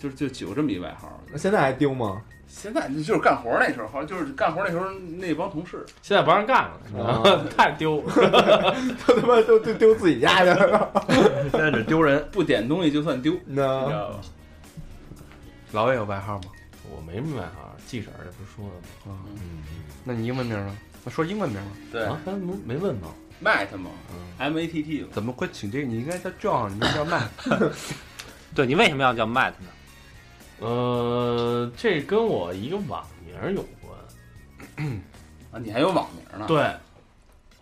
就是就起过这么一外号。不？现在还丢吗？ 现在就是干活那时候，好像就是干活那时候那帮同事，现在不让干了，你知道吗？ 太丢。都他妈都都丢自己家去了。现在只丢人。不点东西就算丢，你知那道吧？老也有外号吗？我没什么外号，记婶儿这不是说了吗？那你英文名呢？那说英文名吧。对啊，刚才没没问吗？ ，Matt 嘛嗯，M A T T 嘛，怎么会请这个？你应该叫 John，你应该叫 Matt。对你为什么要叫 Matt 呢？呃，这跟我一个网名儿有关。啊，你还有网名呢？对，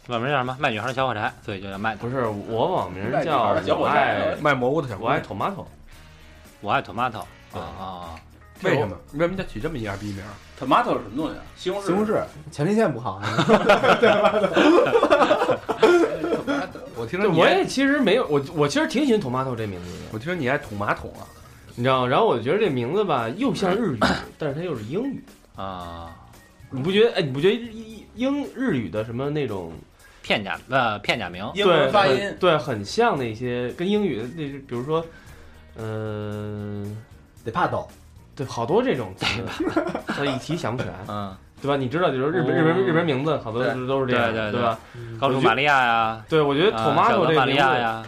网名叫什么？卖女孩的小火柴，所以就叫 Matt。 不是我网名卖儿女叫孩的小我伙爱 计卖蘑菇的小姑我爱娘。 tomato，我爱 tomato 啊对啊，为什么？为什么叫起这么一二逼名？ ，Tomato 是什么东西啊？西红柿，西红柿前列腺不好啊， Tomato 我听对，说你我爱，也其实没有，我我其实挺喜欢 tomato 这名字的，我听说你爱捅马桶啊。你知道吗？然后我觉得这名字 吧，又像日语，但是它又是英语，啊，你不觉得？哎，你不觉得英英日语的什么那种片假呃片假名，英文对发很音，对，很像那些跟英语的那是，比如说，呃，得怕抖。对，好多这种 词，他一提想不起来，嗯，对吧？你知道，就是日本、嗯日本日本名字，好多对都是这样，对对吧？高我卢觉玛利亚呀，对，我觉得啊小 tomato 泽这玛个利名亚字，呀，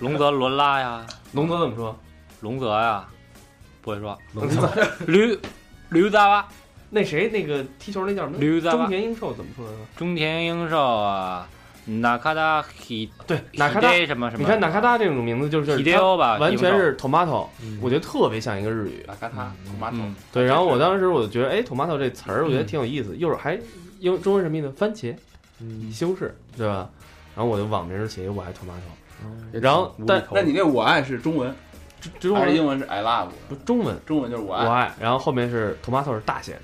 龙泽罗拉呀，龙泽怎么说？龙泽呀，不会 说聋子，驴驴杂哇，那谁那个踢球那叫什么？驴杂中哇，田英寿怎么说来着？中田英寿啊，纳卡达希对，纳卡达，什么什么，你看纳卡达这种名字就是希就是德它欧吧，完全英寿是 tomato，我觉得特别像一个日语。啊拉卡塔，Tomato 嗯。啊对，然后我当时我就觉得，哎，tomato 这词儿我觉得挺有意思，又是还英中文什么意思？番茄。嗯，修饰，对吧？然后我就网名儿写我爱 tomato，然哦后但那你那我爱是中文中还是文英文是 I love？不中文中文就是我我爱。爱，然后后面是 tomato 是大写的，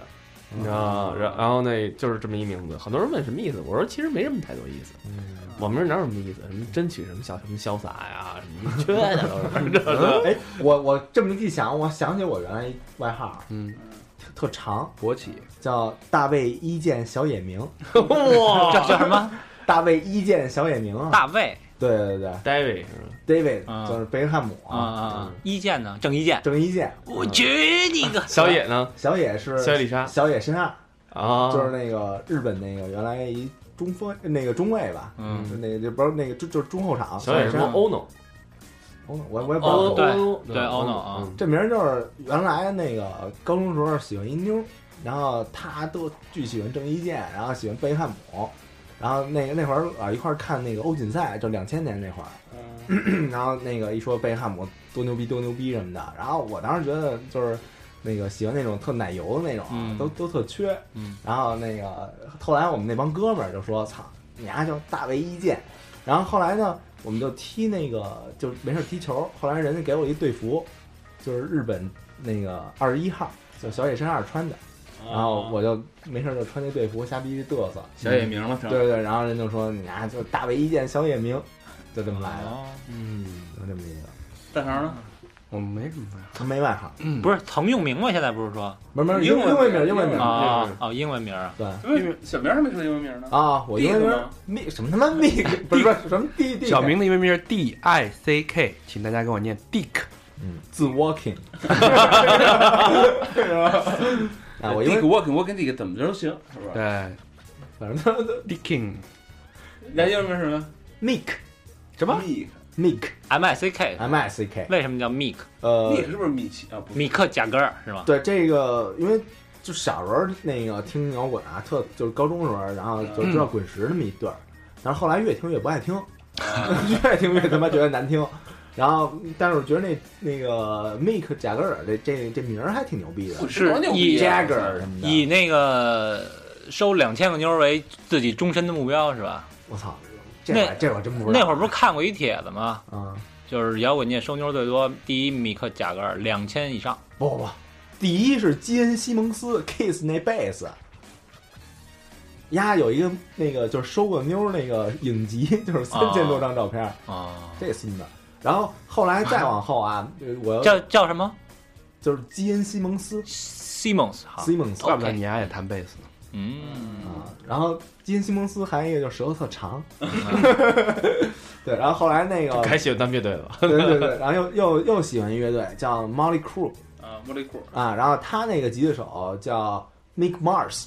哦你知道吗？然然后那就是这么一名字，很多人问什么意思，我说其实没什么太多意思，嗯网名儿哪有什么意思？什么争取什么小什么潇洒呀，什 么 缺的都是，知道吗？哎，我我这么一想，我想起我原来一外号嗯，特特长，勃起。叫大卫一剑小野明，叫叫什么？大卫一剑小野明啊，大 卫对对对 David 是吧？ ，David 啊就是贝克汉姆啊啊，啊！嗯一剑呢？郑伊健，郑伊健，我去你个！小野呢？小野是小野丽莎小野深二，啊，就是那个日本那个原来一中锋那个中卫吧，嗯就那个就不是那个就就是中后场，小野什深么二， Ono 哦我我也不知哦对道，对对，Ono 啊嗯这名儿就是原来那个高中时候喜欢一妞儿，然后她都巨喜欢郑伊健，然后喜欢贝克汉姆，然后那个那会儿老一块儿看那个欧锦赛，就两千年那会儿， 然后那个一说贝克汉姆多牛逼多牛逼什么的，然后我当时觉得就是那个喜欢那种特奶油的那种啊，嗯都都特缺，嗯然后那个后来我们那帮哥们儿就说：“操，你丫叫大卫一剑。”然后后来呢，我们就踢那个就没事踢球。后来人家给我一队服，就是日本那个二十一号，就小野伸二穿的，啊然后我就没事儿就穿那队服瞎逼嘚瑟，小野明了，是吧对对对，然后人就说你啊，就大卫一见小野明，就这么来啊的，嗯，就这么一个，大肠呢？我没什么办法。没外号，嗯不是曾用明吗？现在不是说没没英英文英文名英文嗯英名文名啊哦，英文名啊，对因为小明还没说英文名呢。啊，我英文 Dick 名吗密什么他妈 密，不是不是什么啊 D D 小明的英文名是 D I C K，请大家跟我念 Dick。自嗯 walking，啊，我因这为个我跟我跟这个怎么着都行，是不是？对反正他，Dicking 然后英文名是什么？ Mick 什么？米 Mick ，M I C K， M I C K，为什么叫 Mick？呃米，是不是米奇啊？不是，米克贾格尔是吗？对这个，因为就小时候那个听摇滚啊，特就是高中时候，然后就知道滚石那么一段儿，但是后来越听越不 爱听，越听越他妈觉得难听。然后，但是我觉得那那个 Mick 贾格尔这这这名儿还挺牛逼的我知道是牛一逼啊，Jagger 什嗯么以的。那个收两千个妞儿为自己终身的目标是吧？我操，这我这我真不知道。那会儿不是看过一帖子吗？啊，就是摇滚界收妞最多，第一米克贾格尔两千以上，不不不，第一是基恩西蒙斯 Kiss 那贝斯。丫有一个那个就是收过妞儿那个影集，就是三千多张照片，哦，这孙子。然后后来再往后啊，呃我要叫叫什么就是基恩·西蒙斯 Simmons 哈，西蒙斯怪不得你丫也弹贝斯呢。嗯，啊，然后基恩·西蒙斯还有一个就是舌头特长， 对，然后后来那个该喜欢当乐队了。对对对，然后又又又喜欢一乐队叫 Molly Crew 啊，莫里库，啊，然后他那个吉他手叫 Mick Mars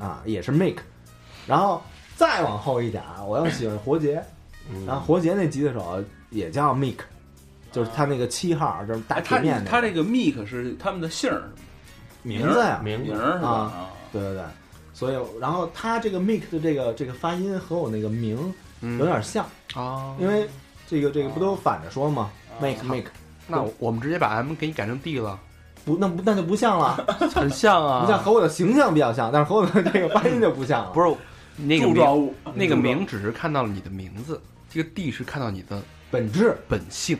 啊，也是 Mick，然后再往后一点啊，我又喜欢活结，然后活结那吉他手也叫 Mick，就是他那个七号，就是大哎铁他面那他个这个 Mick 是他们的姓儿名字呀，嗯名名字儿是吧？啊啊，对对对，所以然后他这个 Mick 的这个这个发音和我那个名有点像，啊因为这个这个不都反着说吗啊？Make Make 那我我们直接把 M 给你改成 D 了，不那不那就不像了，很像啊。不像和我的形象比较像，但是和我的这个发音就不像了。不是那个柱名，状物，那个名只是看到了你的名字，这个 D 是看到你的本质本性。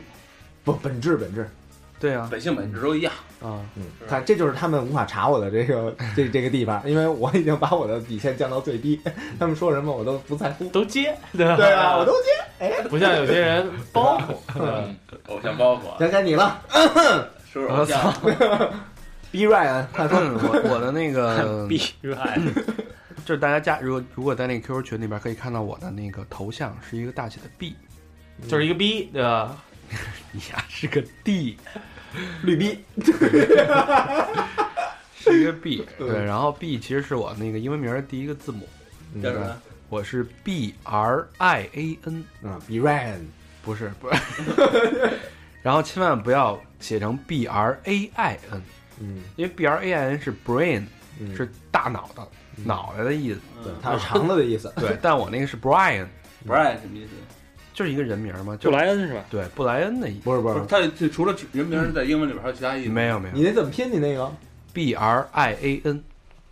不本质本质对啊，本性本质都一样。啊，嗯，他这就是他们无法查我的这个这这个地方，因为我已经把我的底线降到最低， 他们说什么我都不在乎。都接，对啊，我都 接。不像有 些人包袱。偶像包袱啊，该该你了是不是偶像？ ，B Ryan，他说我我的那个必须爱就是大家加，如果如果在那个 QQ 群里边可以看到我的那个头像是一个大写的 B， 就是一个逼，对吧？你呀是个 D，绿逼，是一个 B，嗯对，然后 B 其实是我那个英文名儿的第一个字母，嗯叫什么？我是 B R I A N，嗯，B Ryan，不是不是， 然后千万不要写成 B R A I N，嗯因为 B R A I N 是 brain，嗯，是大脑的、脑袋的意思，对，他是肠子的意思。对，但我那个是 Brian， Brian 什么意思？就是一个人名儿嘛，就布莱恩是吧？对布莱恩的意思，不是不不是是，，他这除了人名，在英文里边还有其他意思？没有没你有那怎么拼？你那个？ B R I A N，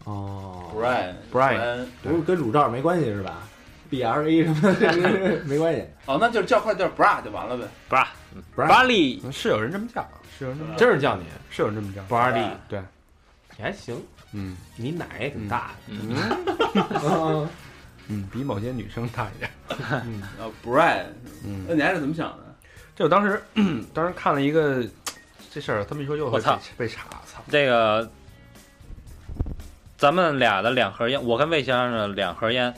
哦，Brian Brian 不是跟乳罩没关系是吧？B R A 什么的 没关系。哦，那就是叫快叫 Bra 就完了呗。 b r a 不 b r a l y 是有人这么叫，是有人这么叫，真是叫你是有人这么叫，不二弟，哎对，你还行，嗯你奶也挺大的，嗯嗯，比某些女生大一点。啊，Brian，嗯那你还是怎么想的？这我当时 当时看了一个这事儿，他们一说又会我操被被查，操！这个，咱们俩的两盒烟，我跟魏先生的两盒烟，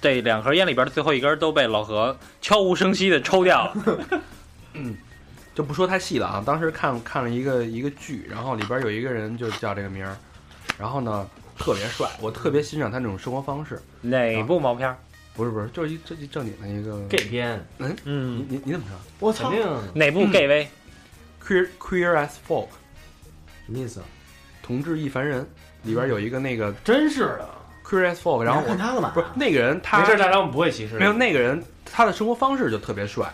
这两盒烟里边的最后一根都被老何悄无声息的抽掉 了。就不说太细了啊。当时看看了一个一个剧，然后里边有一个人就叫这个名儿，然后呢特别帅，我特别欣赏他那种生活方式。哪部毛片儿？不是不是，就是一这一正经的一个。这篇你嗯，你你怎么说我肯操，定哪嗯部 gay 威？ ？Queer Queer as Folk，什么意思？同志亦凡人，里边有一个那个真是的。 Queer as Folk，然后你还 我看他干嘛？不是那个人他没事，大家我们不会歧视。没有，那个人，他的生活方式就特别帅，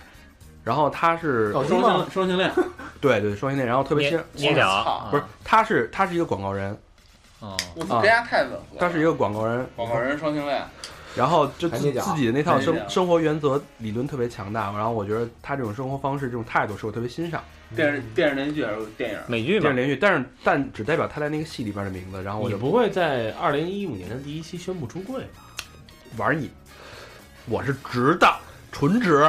然后他是、哦，真双吗？性双性恋，对对双性恋，然后特别捏欣捏脚啊不是他是他是一个广告人，哦，我操，这家太吻合啊了。他是一个广告人，广告人双性恋，然后就还自捏脚自己的那套还捏脚生生活原则理论特别强大，然后我觉得他这种生活方式这种态度是我特别欣赏，电视电视连续剧还是电影？美剧电嘛视，连续剧，但是但只代表他在那个戏里边的名字，然后我你就不会在二零一五年的第一期宣布出柜吧？玩你，我是直的，纯直，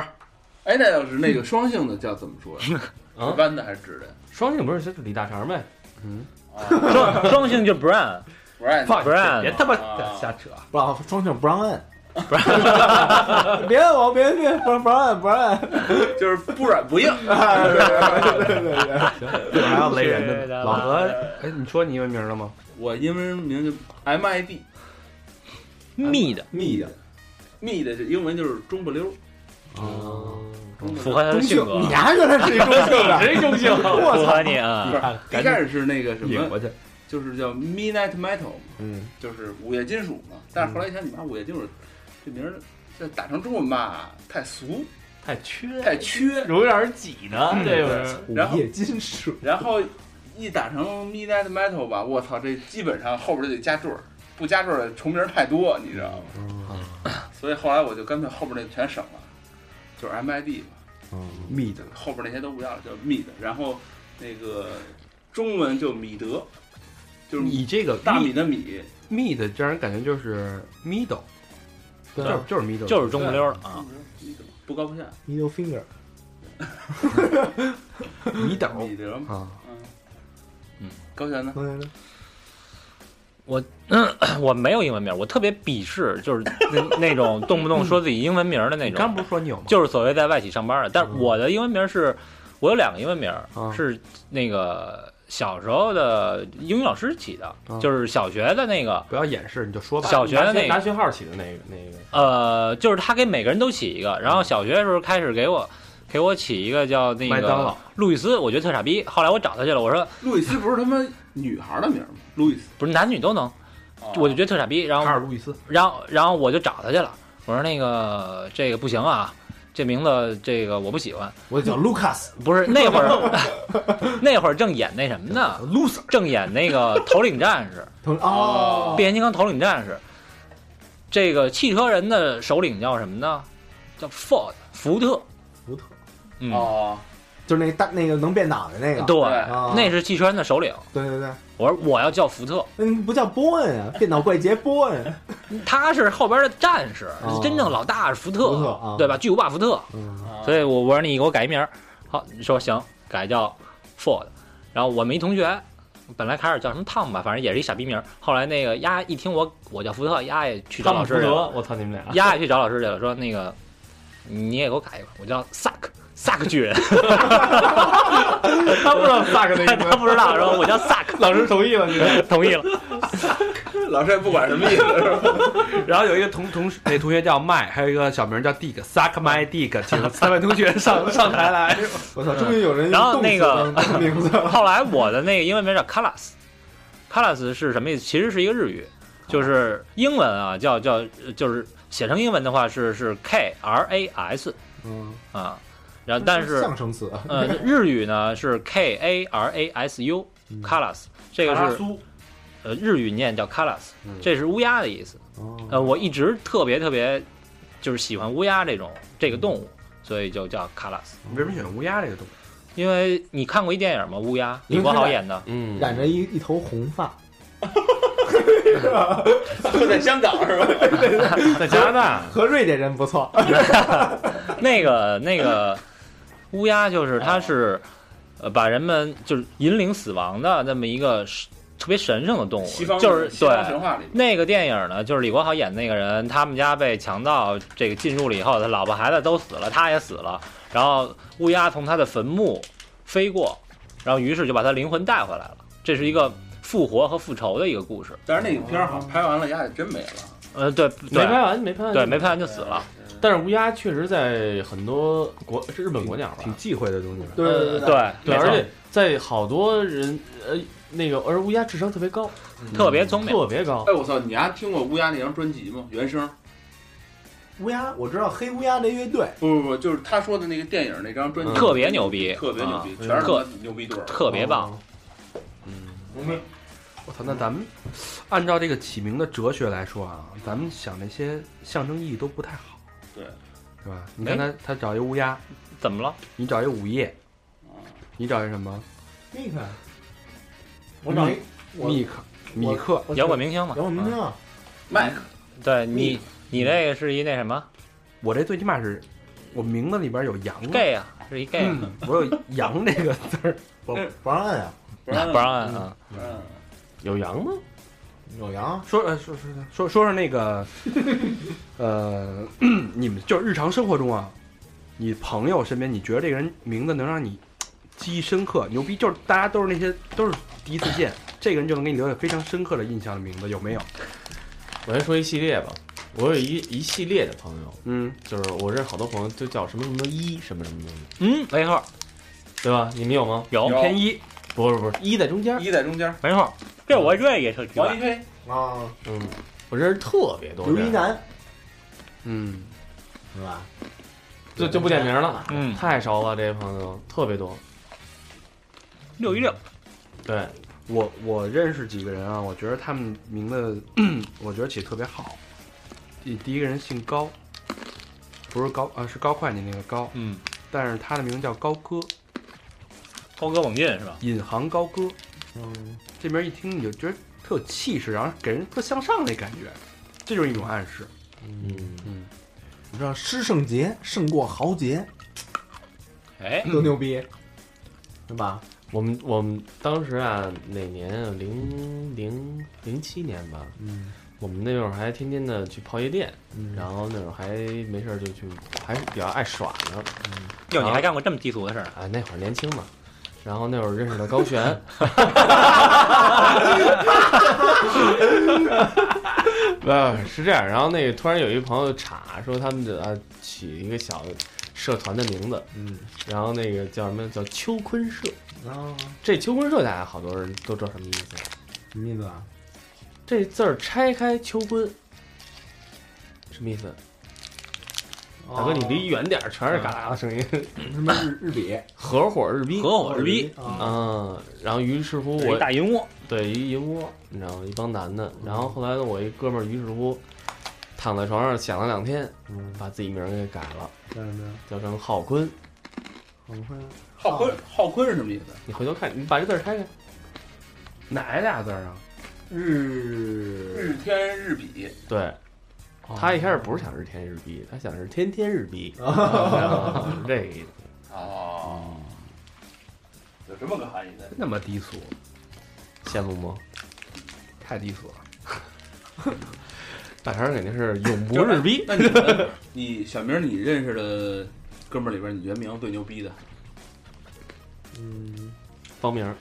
哎，那要是那个双性的叫怎么说 呀？啊是弯的还是直的呀？双性不是就是李大肠呗？ 双双性就 Brown 不是，放 Brown 别他妈啊瞎扯，不好，装成不让摁，别摁我，别别不不让摁，不让摁，就是不软不硬。对对对对， 还要雷人是的呢。的老何，哎，你说你英文名了吗？我英文名就 MID，密的，密的，密的这英文就是中不溜，嗯符合他的中性性，格，哎你还原来是一中性的，谁 中性？符合你啊。不是一开始是那个什引么，过去，就是叫 Midnight Metal，嗯，就是午夜金属嗯嘛。但是后来一想，你妈午夜金属这名儿，这打成中文吧，太俗，太缺，太缺。容易让人挤呢，嗯这不是？午然后夜金属，然后一打成 Midnight Metal 吧，我操，这基本上后边就得加缀儿，不加缀儿的重名儿太多，你知道吗？嗯嗯所以后来我就干脆后边那全省了，就是 MID 吧。密的，后边那些都不要了，叫密的。然后那个中文就米德，就是你这个嗯大米的米，密的，让人感觉就是 middle，就对是就是 middle，就是中不溜了啊！ 米德不高不下， middle finger，迷 倒米德嘛，啊，嗯嗯，高璇呢？能能能，我没有英文名，我特别鄙视，就是那那种动不动说自己英文名的那你种。刚不是说你有吗？就是所谓在外企上班的。但是我的英文名是，我有两个英文名儿，嗯啊是那个小时候的英语老师起的，啊就是小学的那个，不要掩饰，你就说吧。小学的那拿个，学号起的那个那个，呃，就是他给每个人都起一个。然后小学的时候开始给我。给我起一个叫那麦当个劳路易斯，我觉得特傻逼。后来我找他去了，我说路易斯不是他妈女孩的名吗？路易斯，不是男女都能，哦我就觉得特傻逼。然后啊卡尔路易斯，然后然后我就找他去了，我说那个这个不行啊，这名字这个我不喜欢。我叫 Lucas，不是那会儿，那会儿 正演那什么呢？loser，正演那个头领战士，同哦，变形金刚头领战士。这个汽车人的首领叫什么呢？叫 Ford，福特。福特，嗯，哦，就是那大那个能变脑袋那个，对，啊那是汽车人的首领。对对对，我说我要叫福特，嗯，不叫波恩啊，电脑怪杰波恩，他是后边的战士，哦真正老大是福特，福特啊对吧？巨无霸福特。嗯，啊所以我我说你给我改一名儿，好，你说行，改叫 Ford。然后我们一同学，本来开始叫什么 Tom 吧，反正也是一傻逼名儿。后来那个丫一听我我叫福特，丫也去找汤姆老福师去了，德，我操 你们俩！丫也去找老师去了，说那个你也给我改一个，我叫萨克萨克巨 人，他不知道萨克那他 个，他不知道，说我叫萨克，老师同意了，你 们同意了。老师也不管什么意思， 然后有一个同同那同学叫麦，还有一个小名叫 Dick，Suck my Dick，请三位同学上上台来。我操，终于有人然后那个用动词当名字了，后来我的那个英文名叫 Kalas，Kalas 是什么意思？其实是一个日语，就是英文啊，叫叫就是写成英文的话是是 K R A S 嗯，啊，然后但是象声词， 呃日语呢是 K A R A S U 嗯 Kalas，这个是苏呃日语念叫 Kalas，这嗯是乌鸦的意思。哦，呃，我一直特别特别就是喜欢乌鸦这种这个动物，所以就叫 Kalas。你为什么选乌鸦这个动物？因为你看过一电影吗？乌鸦，因为李国它豪染演的。嗯染着一一头红发，就在香港是吧？在加拿大，和瑞典人不错， 那个那个乌鸦就是它是，呃，把人们就是引领死亡的那么一个神特别神圣的动物西方，就是西方神对。话里那个电影呢，就是李国豪演那个人，他们家被强盗这个进入了以后，他老婆孩子都死了，他也死了，然后乌鸦从他的坟墓飞过，然后于是就把他灵魂带回来了。这是一个复活和复仇的一个故事。但是那个片儿哦好像拍完了，丫也真没了。呃，对没拍对完，没拍完，对，没拍完就死了。但是乌鸦确实在很多国是日本国鸟吧挺，忌讳的东西吧。对对呃，对，没对，而错且在好多人呃那个，而乌鸦智商特别高，特别聪明。特别高。哎，我操，你丫听过乌鸦那张专辑吗？原声？乌鸦，我知道黑乌鸦这乐队，不不不，就是他说的那个电影那张专辑，嗯特别哦牛逼啊特别牛逼，全是他妈牛逼对儿。特别棒。嗯我操，那咱们按照这个起名的哲学来说啊，咱们想那些象征意义都不太好，对对吧？你看他他找一乌鸦，怎么了？你找一午夜，你找一什么？那个，我找一我密克米克，我摇滚明星嘛嗯摇。滚明星啊，麦克对你，你这个是一那什么我这最起码是我名字里边有 羊啊， gay 啊，是一 gay，嗯我有羊这个字儿，不嗯不让摁啊，不让不让按啊。不让按有羊吗？有羊说呃说说说说说那个，呃， 你们就是日常生活中啊，你朋友身边，你觉得这个人名字能让你记忆深刻、牛逼，就是大家都是那些都是第一次见，这个人就能给你留下非常深刻的印象的名字，有没有？我先说一系列吧。我有一一系列的朋友，嗯，就是我认识好多朋友，就叫什么什么一什么什么东西，嗯，没错，对吧？你们有吗？有有偏一，不是不是，一在中间。一在中间，没错，这我这也是奇王一怪。飞啊，嗯，我认识特别多刘人，一男嗯，是吧？就就不点名了，嗯，太熟了，这些朋友特别多。六一六，对，我我认识几个人啊，我觉得他们名字，我觉得起得特别好。第第一个人姓高，不是高啊，是高会计那个高，嗯，但是他的名字叫高歌，高歌猛进是吧？引吭高歌。嗯，这边一听你就觉得特有气势，然后给人特向上那感觉，这就是一种暗示。嗯，你知道师胜杰胜过豪杰哎，多牛逼，对吧？我们我们当时啊，哪年啊？零零零七年吧。嗯我们那会儿还天天的去泡夜店，嗯然后那会儿还没事儿就去，还比较爱耍呢。哟，你还干过这么低俗的事儿？啊，那会儿年轻嘛，然后那会儿认识了高璇， 呃，是这样，然后那个突然有一朋友查说他们的啊起一个小社团的名字，嗯，啊然后那个叫什么叫秋坤社，然后这秋坤社大家好多人都知道什么意思，什么意思啊？这字儿拆开秋坤。什么意思？大哥，你离远点儿，全是嘎啦的声音。哦 什么日日比合伙日逼，合伙日逼，啊？嗯，然后于是乎一我大银窝，对，一银窝，你知道吗？一帮男的。然后后来呢，我一哥们儿于是乎躺在床上想了两天，嗯，把自己名儿给改了，叫什么呀？叫成浩坤。嗯好坤，浩坤，浩坤是什么意思？你回头看，你把这字儿拆开，哪俩字 儿啊？日日天日比，对。哦他一开始不是想日天日逼，他想是天天日逼，啊这个意思。哦，有这么个含义在。那么低俗，羡慕吗？太低俗了。大肠肯定是永不日逼。那你 们，你小明，你认识的哥们儿里边，你觉得名字最牛逼的？嗯，方明儿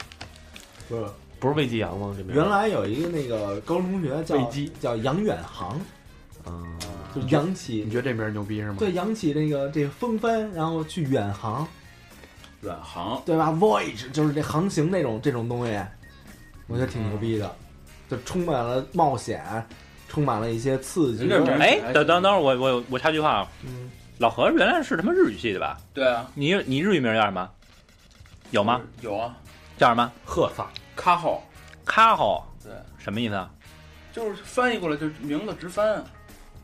不是，不是魏继阳吗？这名儿原来有一个那个高中同学贝叫基叫杨远航，嗯，就杨起你觉得这名儿牛逼是吗？对，扬起那个这个风帆，然后去远航，远航，对吧？Voyage 就是这航行那种这种东西，我觉得挺牛逼的，就充满了冒险，充满了一些刺激人。家名哎，等等等会儿，我我我插句话啊，嗯，老何原来是他妈日语系的吧？对啊，你你日语名叫什么？有吗？？有啊，叫什么？呵萨，卡浩，卡吼对，什么意思啊？就是翻译过来就是名字直翻啊，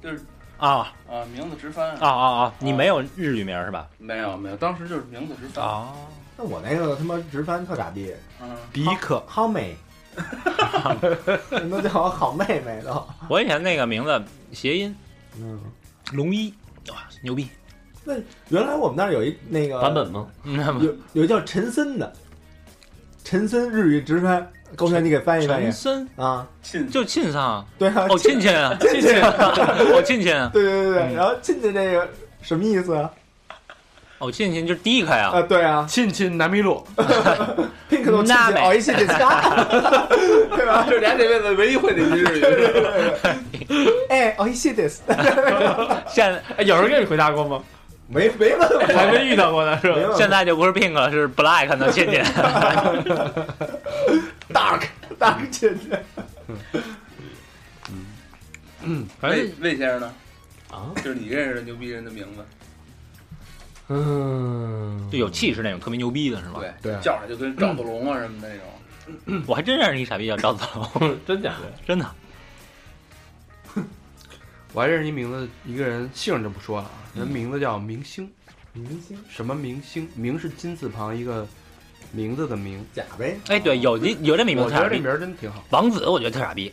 就是啊啊，名字直翻啊，啊啊！你没有日语名是吧？没有没有，当时就是名字直翻，啊，那我那个他妈直翻特傻逼， 嗯，比克，好妹，人都叫我好妹妹都。我以前那个名字谐音嗯，龙一，哇，牛逼！原来我们那儿有一那个版本吗？嗯有有一叫陈森的，陈森日语直翻，高璇你给翻译翻译陈森啊？ 亲就亲桑，对啊，哦，亲亲啊，亲亲，哦，亲亲，对对对对，嗯然后进去这个什么意思啊？哦，亲亲就是第一开啊啊，，对啊亲亲南麋鹿， ，pink 都进那去，呗哦，一进 去加，对吧？这是俩这辈子唯一会的一句日语，哎，哦，一谢 this， 现在哎，有人给你回答过吗？没没问我，还没遇到过呢，是吧？没问现在就不是 pink 了，是 black 的亲亲。 dark dark 进去，反正魏魏先生呢？啊，就是你认识的牛逼人的名字，嗯， 就有气势那种特别牛逼的是吗？对对叫上就跟赵子龙啊什么的那种，我还真认识一傻逼叫赵子龙，真假的？ 真的。我还认识一名字，一个人姓就不说了啊，人名字叫明星，明星什么明星？明是金字旁一个名字的名，假呗。哎，对，有这有这么一名我字觉特傻得逼这名，儿啊真挺好。王子，我觉得特傻逼。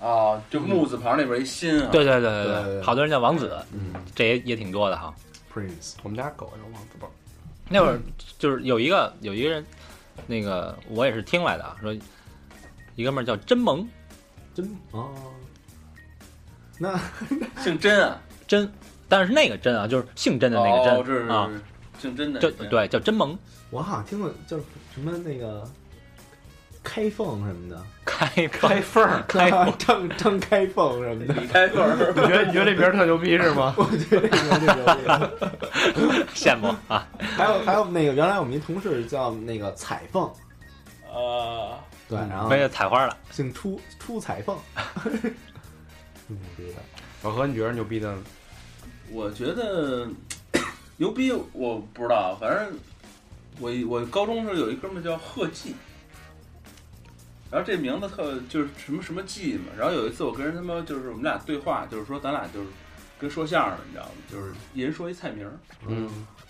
啊，就木字旁那边一心啊，对对对对对对对对，好多人叫王子，嗯，这也也挺多的哈。 Prince，我们家狗叫王子宝，那会儿就是有一个有一个人，那个我也是听来的啊，说一哥们儿叫真萌真哦，姓甄啊，真，但是那个真啊，就是姓真的那个哦真、这是啊，姓甄的，就对叫真萌我好像听过叫什么那个开缝什么的，开开开缝儿。开缝 张张开缝什 么的， 李开凤儿 你觉得你觉得这名儿特牛逼是 吗？我觉得这个这个这个。羡慕 啊，还有还有那个，原来我们一同事叫那个彩凤，啊，对，然后没有采花了。姓出出彩凤，挺牛逼的。老何，你觉得牛逼的我觉得牛逼，我不知道，反正我我高中时候有一哥们儿叫贺季，然后这名字特就是什么什么季嘛。然后有一次我跟人他妈就是我们俩对话，就是说咱俩就是跟说相声的，你知道吗？就是一人说一菜名儿，嗯，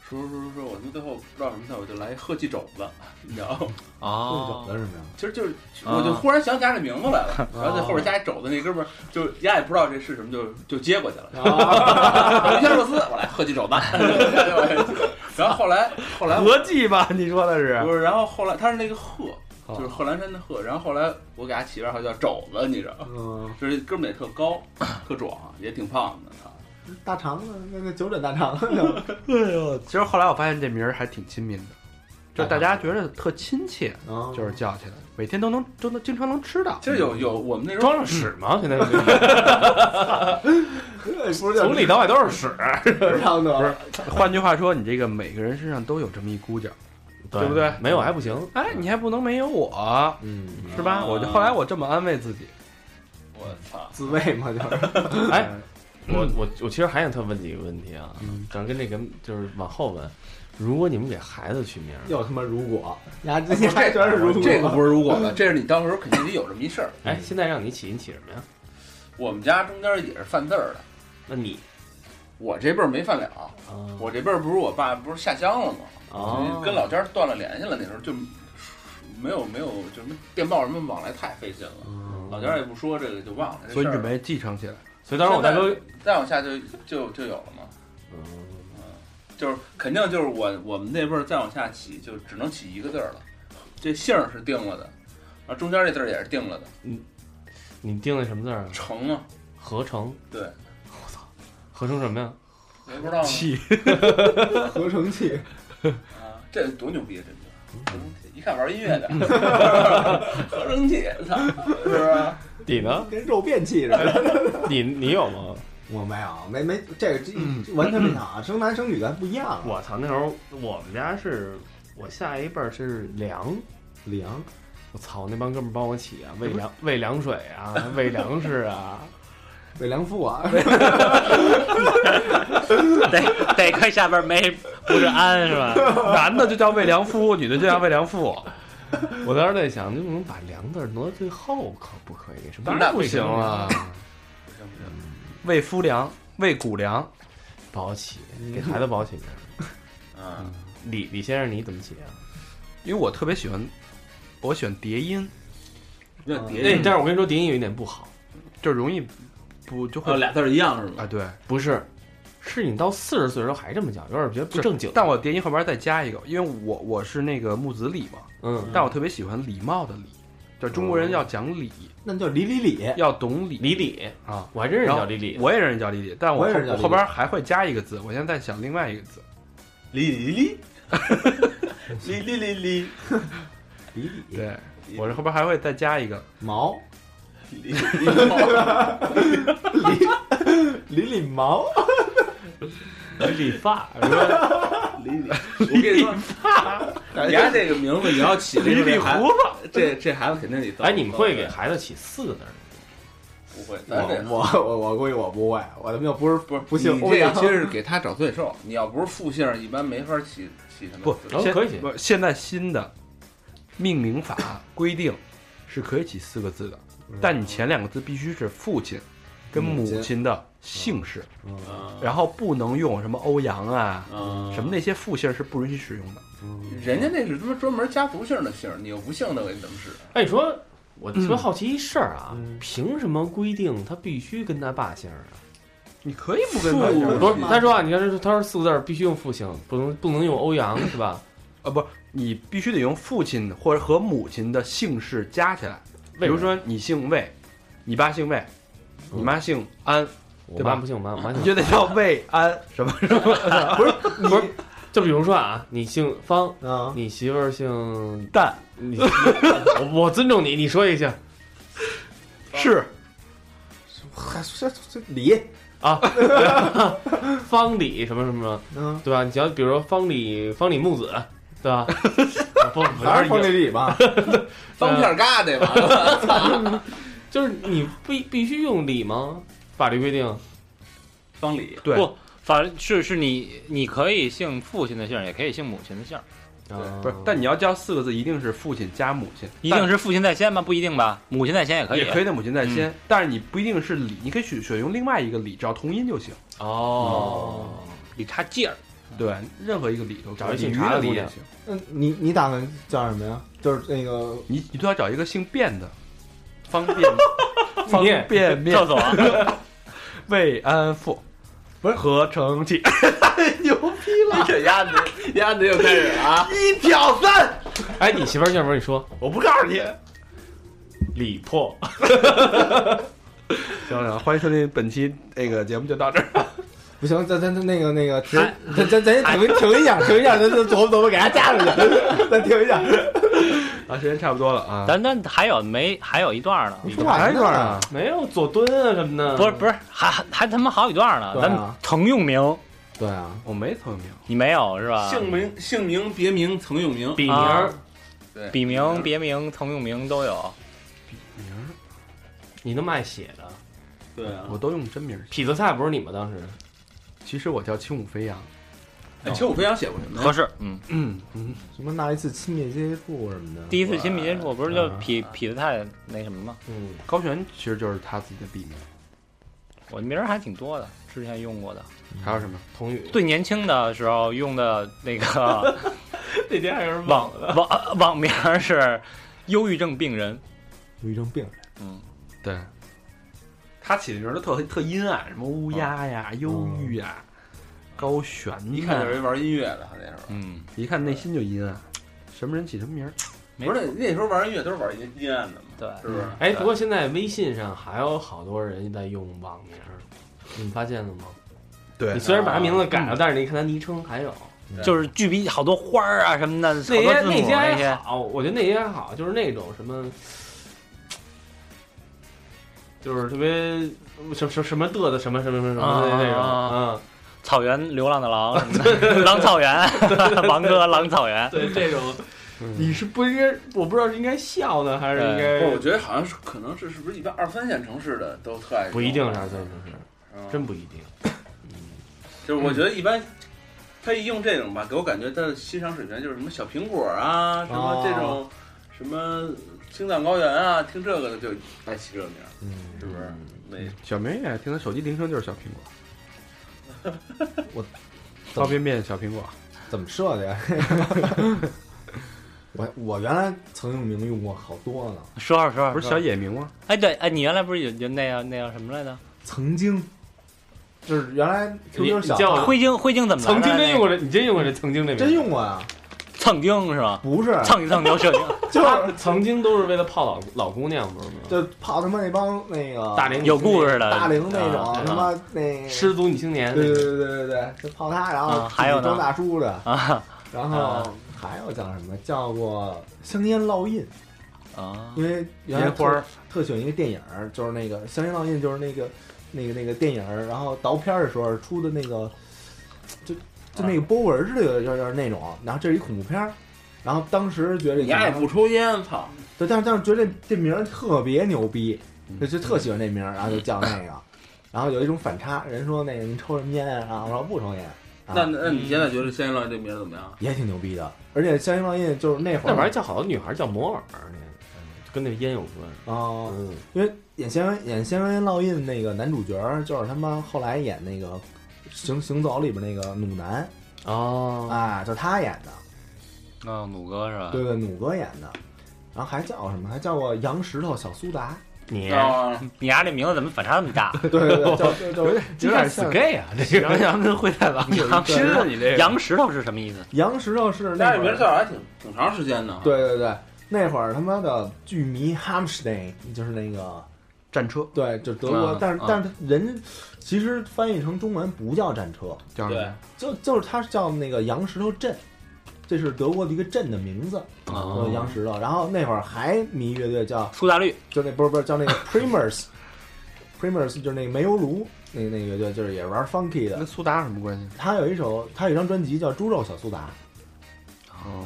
说说说说，我他妈最后不知道什么菜，我就来一贺季肘子，你知道吗？那哦整的，是什么呀？其实就是，啊我就忽然想起来这名字来了，然后在后边加一肘子，那哥们儿就丫也不知道这是什么，就就接过去了。鱼香肉丝，我来喝几肘子。然后后来后来合计吧？你说的是不是，然后后来他是那个贺，就是贺兰山的贺。然后后来我给他起外号叫肘子，你知道吗？嗯，就是这哥们儿也特高，特壮，也挺胖的。啊大肠子，那那九诊大肠子，其实后来我发现这名儿还挺亲民的，就是大家觉得特亲切，嗯就是叫起来，每天都能都能经常能吃到。其实有有我们那时候装上屎吗？现在是哎不是叫从里到外都是屎，直肠不子是， 换句话说，你这个每个人身上都有这么一股劲儿，对不对？没有还不行，哎，你还不能没有我，嗯，是吧？啊我就后来我这么安慰自己，我 操，自慰嘛，就是哎，我我我其实还想特问几个问题啊，咱跟这个就是往后问。如果你们给孩子取名儿，又他妈如果， 呀，这这全是如果，这个不是如果的，这是你当时肯定得有这么一事儿。哎，现在让你起，你起什么呀？我们家中间也是犯字儿的，那你我这辈儿没犯了。啊我这辈儿不是我爸不是下乡了吗？哦跟老家断了联系了，那时候就没有没有就什么电报什么往来太费劲了，哦老家也不说这个就忘了。这所以事你儿准备继承起来。 所以当时我大哥，再往下就就就有了嘛，嗯就是肯定就是我我们那辈儿再往下起就只能起一个字儿了，这姓儿是定了的，啊中间这字儿也是定了的，你定的什么字儿啊？成啊，合成，对，合成什么呀？ 我也不知道呢气， 合成器，啊，这多牛逼啊，这名儿合成器一看玩音乐的， 合成器，操，是不是？你呢？跟肉便器似的。你你有吗？我没有，没没，这个这这完全没想啊，生男生女咱不一样。啊我操，那时候我们家是我下一辈儿是粮，凉，我操，那帮哥们儿帮我起啊，喂粮喂粮水啊，喂粮食啊， 伪良妇啊，得得快下边没不是安是吧？男的就叫魏良夫， 女的就叫魏良妇。我当时在想，能不能把“粮”字挪到最后，可不可以？什么那不不行行啊，不行不行，魏夫良、魏谷良，不好起，给孩子不好起名。嗯。李李先生，你怎么起啊？因为我特别喜欢，我喜欢叠音，那哎，叠但是我跟你说，叠音有一点不好，就容易不就会哦，俩字儿一样是啊吗？对。不是，是你到四十岁的时候还这么讲，有点觉得不是正经。但我叠音后边再加一个，因为我我是那个木子李嘛，嗯，但我特别喜欢礼貌的礼，就是中国人要讲礼， 那叫李李李。要懂礼李李，啊。我还真是然后叫李李，我也认识叫李李，但我我也后是叫李李后边还会加一个字，我现在在想另外一个字，哩 哩哩，哩哩哩 哩李李对我这后边还会再加一个，毛，哩哩，李李毛，李理发，我跟你说，你家这个名字你要起这个孩子，这这孩子肯定得造哎，你们会给孩子起四个字儿吗？不会？我咱这哎我我我估计我不会，我他妈又不是不是哦不姓你欧阳这，其实是给他找罪受。你要不是复姓，一般没法起起他们不哦现可以写不现在新的命名法规定是可以起四个字的，但你前两个字必须是父亲跟母母亲亲的姓氏，啊嗯然后不能用什么欧阳啊，嗯什么那些复姓是不允许使用的。人家那是他妈专门家族姓的姓，你有不姓的，我给你怎么使？哎，你说我特别好奇一事儿啊嗯，凭什么规定他必须跟他爸姓儿啊？你可以不他姓跟儿不是，他说啊，你看这是他说四个字儿必须用父姓，不能不能用欧阳是吧？啊，不是，你必须得用父亲或者和母亲的姓氏加起来。比为什如么嗯说你姓魏，你爸姓魏，你妈姓安，我对吧妈不姓，我妈我妈你姓。就得 叫魏安什么什么不是，就比如说啊，你姓方，啊，你媳妇儿姓，蛋你 我我尊重你，你说一下是嗯还这这李，啊，方李什么什么，嗯，对吧？你要比如说方李方李木子，对吧？不，不还是是黄磊李吧？方片疙瘩吧？就是你必必须用李吗？法律规定方礼，对不， 反正是是你你可以姓父亲的姓，也可以姓母亲的姓，啊不是？但你要叫四个字，一定是父亲加母亲，一定是父亲在先吗？不一定吧，母亲在先也可但哎以。也可以的母亲在嗯先，但是你不一定是李，你可以选选用另外一个李，只要同音就行。哦，李察介儿，对，任何一个李都可以嗯找一鲤姓鱼查的的李李也行。那嗯你你打算叫什么呀？就是那个你你都要找一个姓卞的，方便方面便面赵总啊，魏安富，不是合成 器，这 鸭子，鸭子又开始了啊！一挑三，哎，你媳妇儿叫什么？你说我不告诉你。李 破，行行，欢迎收听本期那个节目，就到这儿。不行，咱咱咱那个那个停，咱咱咱停停一下，停一下，咱咱琢磨琢磨，给它加上去， 咱停一下。啊，时间差不多了啊。 咱咱还有没还有一段呢？说完还了有一段啊？没有左蹲啊什么的，不是不是，还还还他妈好几段呢。对啊咱们曾用明，对啊，我没曾名，你没有是吧？姓名、姓名、别名、曾用名，笔名儿啊，对，笔名、别名、曾用明都有。你那么爱写的，对啊。我都用真名。痞子蔡不是你吗？当时其实我叫轻舞飞扬。哎，其实我非常写过什么合呀？适，嗯，嗯嗯，什么那一次亲密接触什么的，第一次亲密接触不是就啊痞痞子太那什么吗？嗯，高璇其实就是他自己的笔名。我名儿还挺多的，之前用过的。还有什么？童宇最年轻的时候用的那个 那天还有人网网网名儿是忧郁症病人，有一种病，对，他起的名儿都特特阴暗，什么乌鸦呀、忧郁呀、高璇呐，一看就是一玩音乐的，那时候嗯，一看内心就阴暗。什么人起什么名儿？没不是那那时候玩音乐都是玩阴阴暗的嘛，对，是不是？哎，不过现在微信上还有好多人在用网名儿，你们发现了吗？对你虽然把他名字改了，但是你看他昵称还有就是巨比好多花儿啊什么的，好那多些字母啊些那还好，我觉得那些还好，就是那种什么。就是特别什什什么嘚的什么什么什么什么的那种，啊嗯，草原流浪的狼 什么的，狼草原， 王哥狼草原，对这种，你是不应该，我不知道是应该笑呢，还是应不是，我该觉得好像是可能是是不是一般二三线城市的都特爱不一定用是二三是城市，吧真不一定。就是我觉得一般，他一用这种吧，给我感觉他的欣赏水平就是什么小苹果啊，什哦么这种、什么青藏高原啊，听这个的就爱起这个名儿，嗯，是不是？没嗯小明也听他手机铃声就是小苹果。 我方便面小苹果，怎么设的呀？ 我我原来曾用名用过好多呢，说说说，不是小野明吗？哎对哎，你原来不是有有那样那样什么来着？曾经就是原来 QQ 小你叫号灰鲸灰鲸怎么来着曾经真用过这，你真用过这曾经这名？真用过啊，蹭经是吧？不是，蹭一蹭就 射精，就是曾经都是为了泡老老姑娘，不是吗？就泡他妈那帮那个大龄有故事的大龄那种啊他妈那个失足女青年，对对对对对，就泡他，然后啊还有呢装大叔的，啊然后还有叫什么叫过香烟烙印，啊因为原来烟花特儿，特喜欢一个电影儿，就是那个香烟烙印，就是那个那个那个电影儿，然后倒片儿的时候出的那个，就就啊那个波纹似的，就是就是那种，然后这是一恐怖片儿。然后当时觉得这你爱不抽烟，操！对，但是但是觉得这这名儿特别牛逼，就就特喜欢这名儿，然后就叫那个，然后有一种反差，人说那个你抽什么烟啊？然后我说不抽烟，啊那那你现在觉得香烟烙印这名儿怎么样？也挺牛逼的。而且香烟烙印就是那会那儿玩意儿叫好多女孩叫摩尔，那嗯跟那个烟有关。哦，嗯，因为演《香港演《香港人烙印》那个男主角儿就是他妈后来演那个《行行走》里边那个弩男哦，啊，就是他演的，啊，弩哥是吧？对对，弩哥演的，然后还叫什么？还叫过杨石头小苏达，你啊，你丫这名字怎么反差那么大？对对对，叫叫叫有点 gay 啊，这个杨跟灰太狼 杨拼了，你这杨石头是什么意思？杨石头是家那里会名儿叫还挺挺长时间啊的。对对对，那会儿他妈的剧迷 Hamstein 就是那个战车对，就是德国，啊但是啊但是人其实翻译成中文不叫战车，叫什么？就就是它叫那个羊石头镇，这是德国的一个镇的名字，啊叫羊石头。然后那会儿还迷乐队叫，苏打绿就那不是不是叫那个 Primers，Primers 就是那个煤油炉，那那个乐队就是也玩 funky 的跟。苏达有什么关系？他有一首，他有一张专辑叫《猪肉小苏打》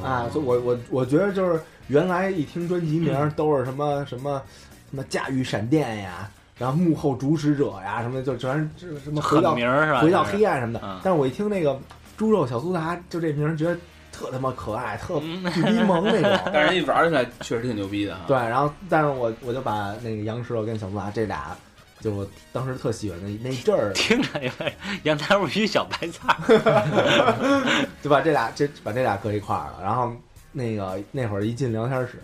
啊，就我我我觉得就是原来一听专辑名儿都是什么什么什么驾驭闪电呀，然后幕后主使者呀什么的，就全是这什么回狠到名儿是吧？回到就是 黑暗什么的嗯。但是我一听那个猪肉小苏打，就这名儿觉得特他妈可爱，特巨逼萌那 种。但是一玩起来确实挺牛逼的哈。对，然后但是我我就把那个杨石头跟小苏打这俩，就我当时特喜欢的那一阵儿，听着有点杨乃武与小白菜儿，就把这俩这把这俩搁一块儿了。然后那个那会儿一进聊天室，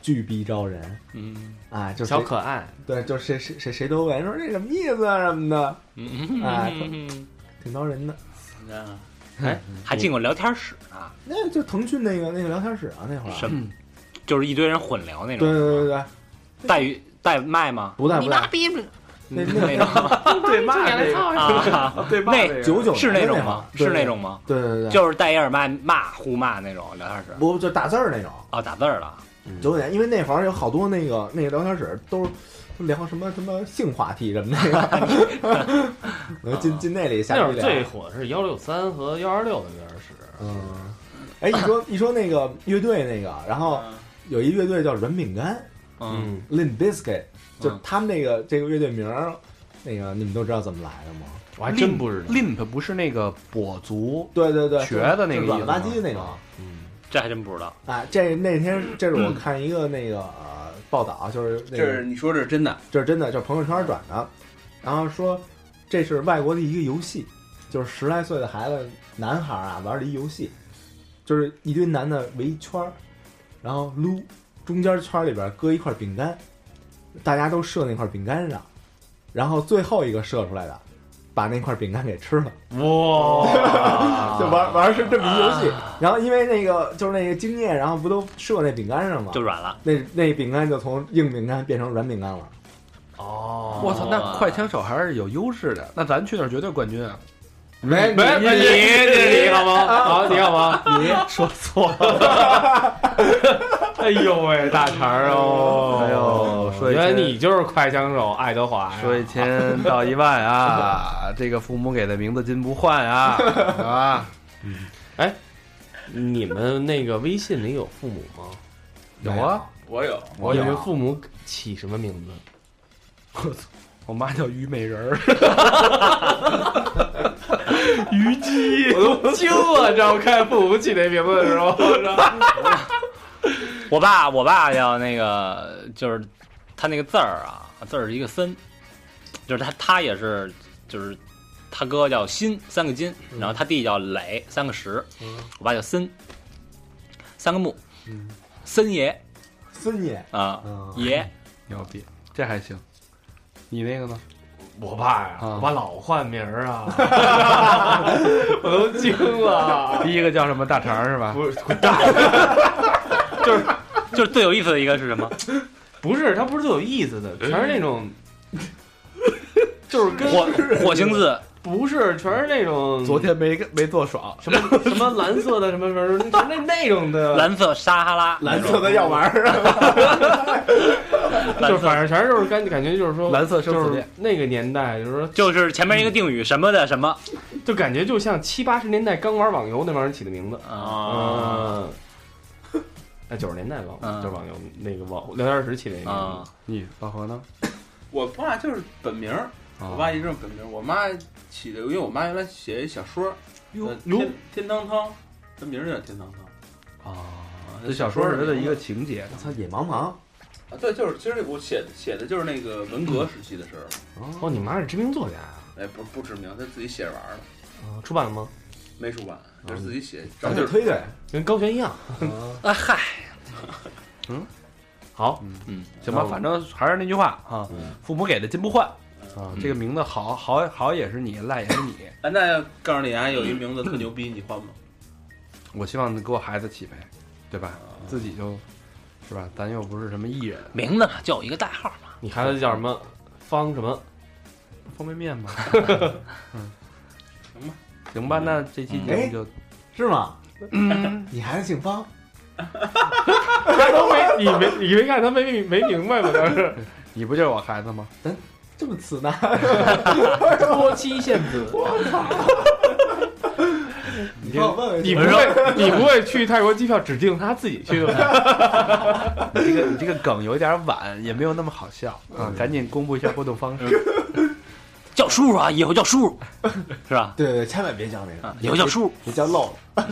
巨逼招人。嗯啊，就小谁可爱，对，就谁谁谁谁都问说这什么意思啊什么的，嗯哎嗯挺招人的。嗯嗯，哎，还进过聊天室呢，那就腾讯那个那个聊天室啊，那会儿什么就是一堆人混聊那对种，对对对对，带语带麦吗？不带不你带妈逼那那 种 对骂这个，啊， 对骂那这个九九是那种会儿吗？对是那种吗？对对对对，就是带一耳麦骂互骂那种聊天室，不就打字儿那种。哦，打字儿了，九九年，因为那会儿有好多那个那个聊天室都是聊什么什么性话题什么的， 我就 进进那里那瞎会逼聊。儿最火的是幺六三和幺二六的原始，嗯，哎，一说一说那个乐队那个，啊然后嗯有一乐队叫软饼干嗯， （Lin Biscuit），就嗯他们那个这个乐队名儿，那个你们都知道怎么来的吗？我还真不知道。 limp 不是那个跛足，对对对，瘸的那个意就是思软吧唧吗那种。嗯，这还真不知道，啊，这那天这是我看一个那个、呃、报道，就是那这个是你说这是真的？这是真的，就是朋友圈转的，然后说这是外国的一个游戏，就是十来岁的孩子男孩啊玩的一游戏，就是一堆男的围一圈儿，然后撸，中间圈里边搁一块饼干，大家都射那块饼干上，然后最后一个射出来的，把那块饼干给吃了。哇！就玩玩是这么一游 戏，然后因为那个就是那个经验，然后不都射那饼干上吗就？软了，那那饼干就从硬饼干变成软饼干了。哦我操，那快枪手还是有优势的。那咱去那儿绝对冠军啊！没没你你你好吗？好，你好吗？你说错了。 哎呦喂，大肠儿哦！哎呦说一原来千你就是快枪手爱德华呀。说一千到一万啊， 这个父母给的名字金不换 啊，是吧？你们那个微信里有父母吗？有啊，我有，你们父母起什么名字？我妈叫虞美人 儿，虞姬，我都惊了，你知道我看父母起那名字的时候，我爸我爸要那个就是他那个字儿啊，字儿是一个森，就是他他也是就是他哥叫辛三个金，嗯然后他弟叫磊三个石，我爸叫森三个木，森爷孙爷啊啊，爷牛逼，这还行。你那个呢？我爸呀，啊我爸老换名儿 啊，我都惊了。第一个叫什么大肠儿是吧？不是滚蛋！就是最有意思的一个是什么？不是，他不是最有意思的，全是那种，就是跟火火星字不是，全是那种昨天没没做爽，什么什么蓝色的什么什么什么那那种的，蓝色撒哈拉，嗯蓝色的药丸儿， 就蓝色反正全是就是感感觉就是说蓝色生就死是恋，那个年代，就是说就是前面一个定语什么的什么就感觉就像七八十年代刚玩网游那帮人起的名字，哦啊嗯，哎，九十年代网嗯就是网游那个网聊天室起的那个名啊字，你老何呢？我爸就是本名儿，我爸一直是本名儿。我妈起的，因为我妈原来写一小说，呃天天堂汤，她名儿就叫天堂汤。哦啊，这小说是他的一个情节，我操，野茫茫，啊，对，就是其实我写的写的就是那个文革时期的事儿，哦，你妈是知名作家啊？哎，不不指名，他自己写着玩儿的，啊出版了吗？没出版，就是自己写，咱然后就就是推推，跟高悬一样。啊嗨，好行吧，反正还是那句话啊，父母给的金不换啊，这个名字好好好也是你，赖也是你。哎，那要告诉你啊，有一名字特牛逼，你换吗？我希望能给我孩子起呗，对吧？自己就是吧，咱又不是什么艺人，名字嘛，就有一个代号嘛。你孩子叫什么？方什么？方便面吧。嗯，行吧，行吧，那这期节目就。是吗？ 你孩子姓方，都没你没你没看他没没明白吗？当时你不就是我孩子吗？这么 次呢？多妻献 子，你帮我问问你去不会你不会去泰国机票指定他自己去的吧？ 你这个你这个梗有点晚，也没有那么好笑啊！赶紧公布一下互动方式，叫叔叔啊，以后叫叔 叔，是吧？对对对，千万别叫那啊个，以后叫叔叔。别叫漏了。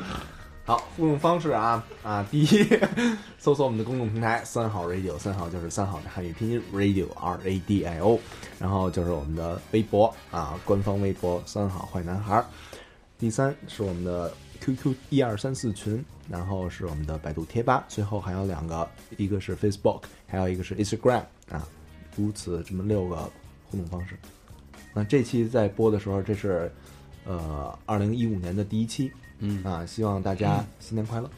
好，互动方式啊啊，第一， 搜索我们的公众平台“三好 radio”，三好就是三好的汉语拼音 radio r a d i o，然后就是我们的微博啊，官方微博“三好坏男孩”。儿”。第三是我们的 QQ 一二三四群，然后是我们的百度贴吧，最后还有两个，一个是 Facebook，还有一个是 Instagram 啊，如此这么六个互动方式。那这期在播的时候，这是呃二零一五年的第一期，嗯啊，希望大家新年快乐，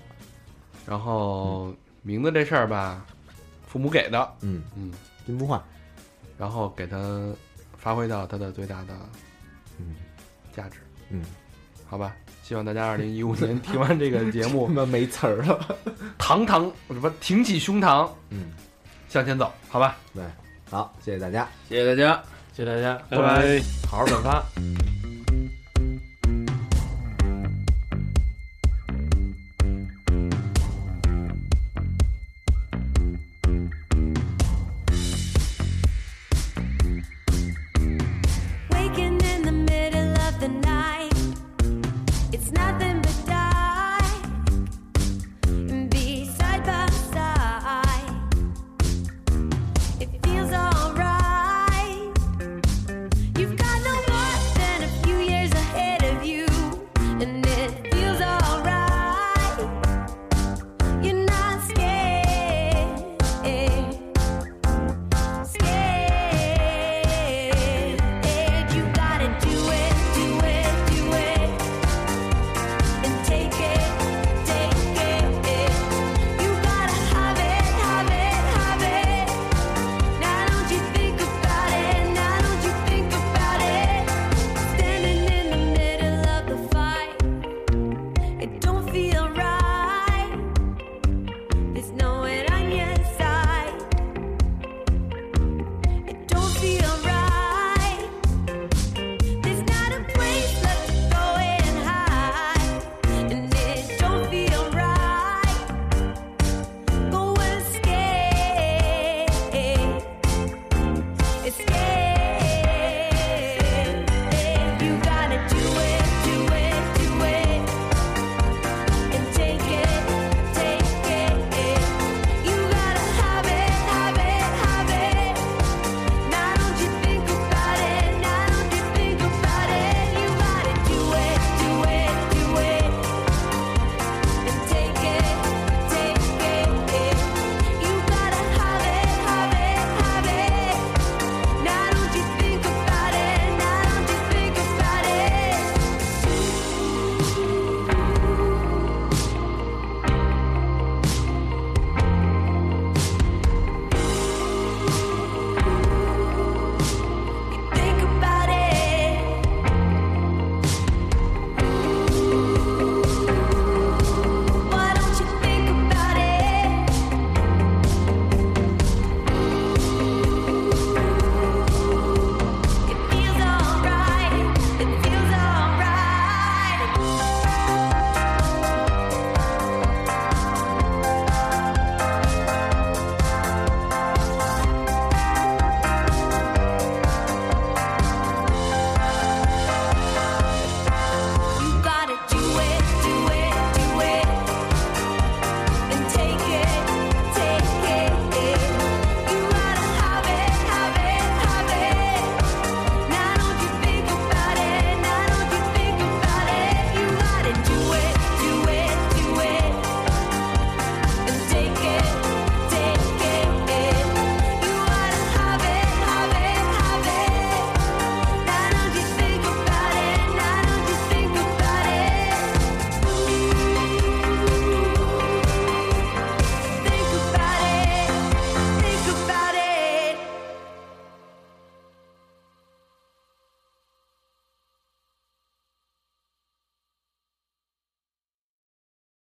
然后名字这事儿吧，父母给的，嗯嗯，金不换，然后给他发挥到他的最大的嗯价值，嗯，好吧？希望大家二零一五年听完这个节我目， 妈没词儿了，堂堂什么挺起胸膛嗯，向前走，好吧？对，好，谢谢大家。谢谢大家。谢谢大家，拜拜好好转发。拜拜。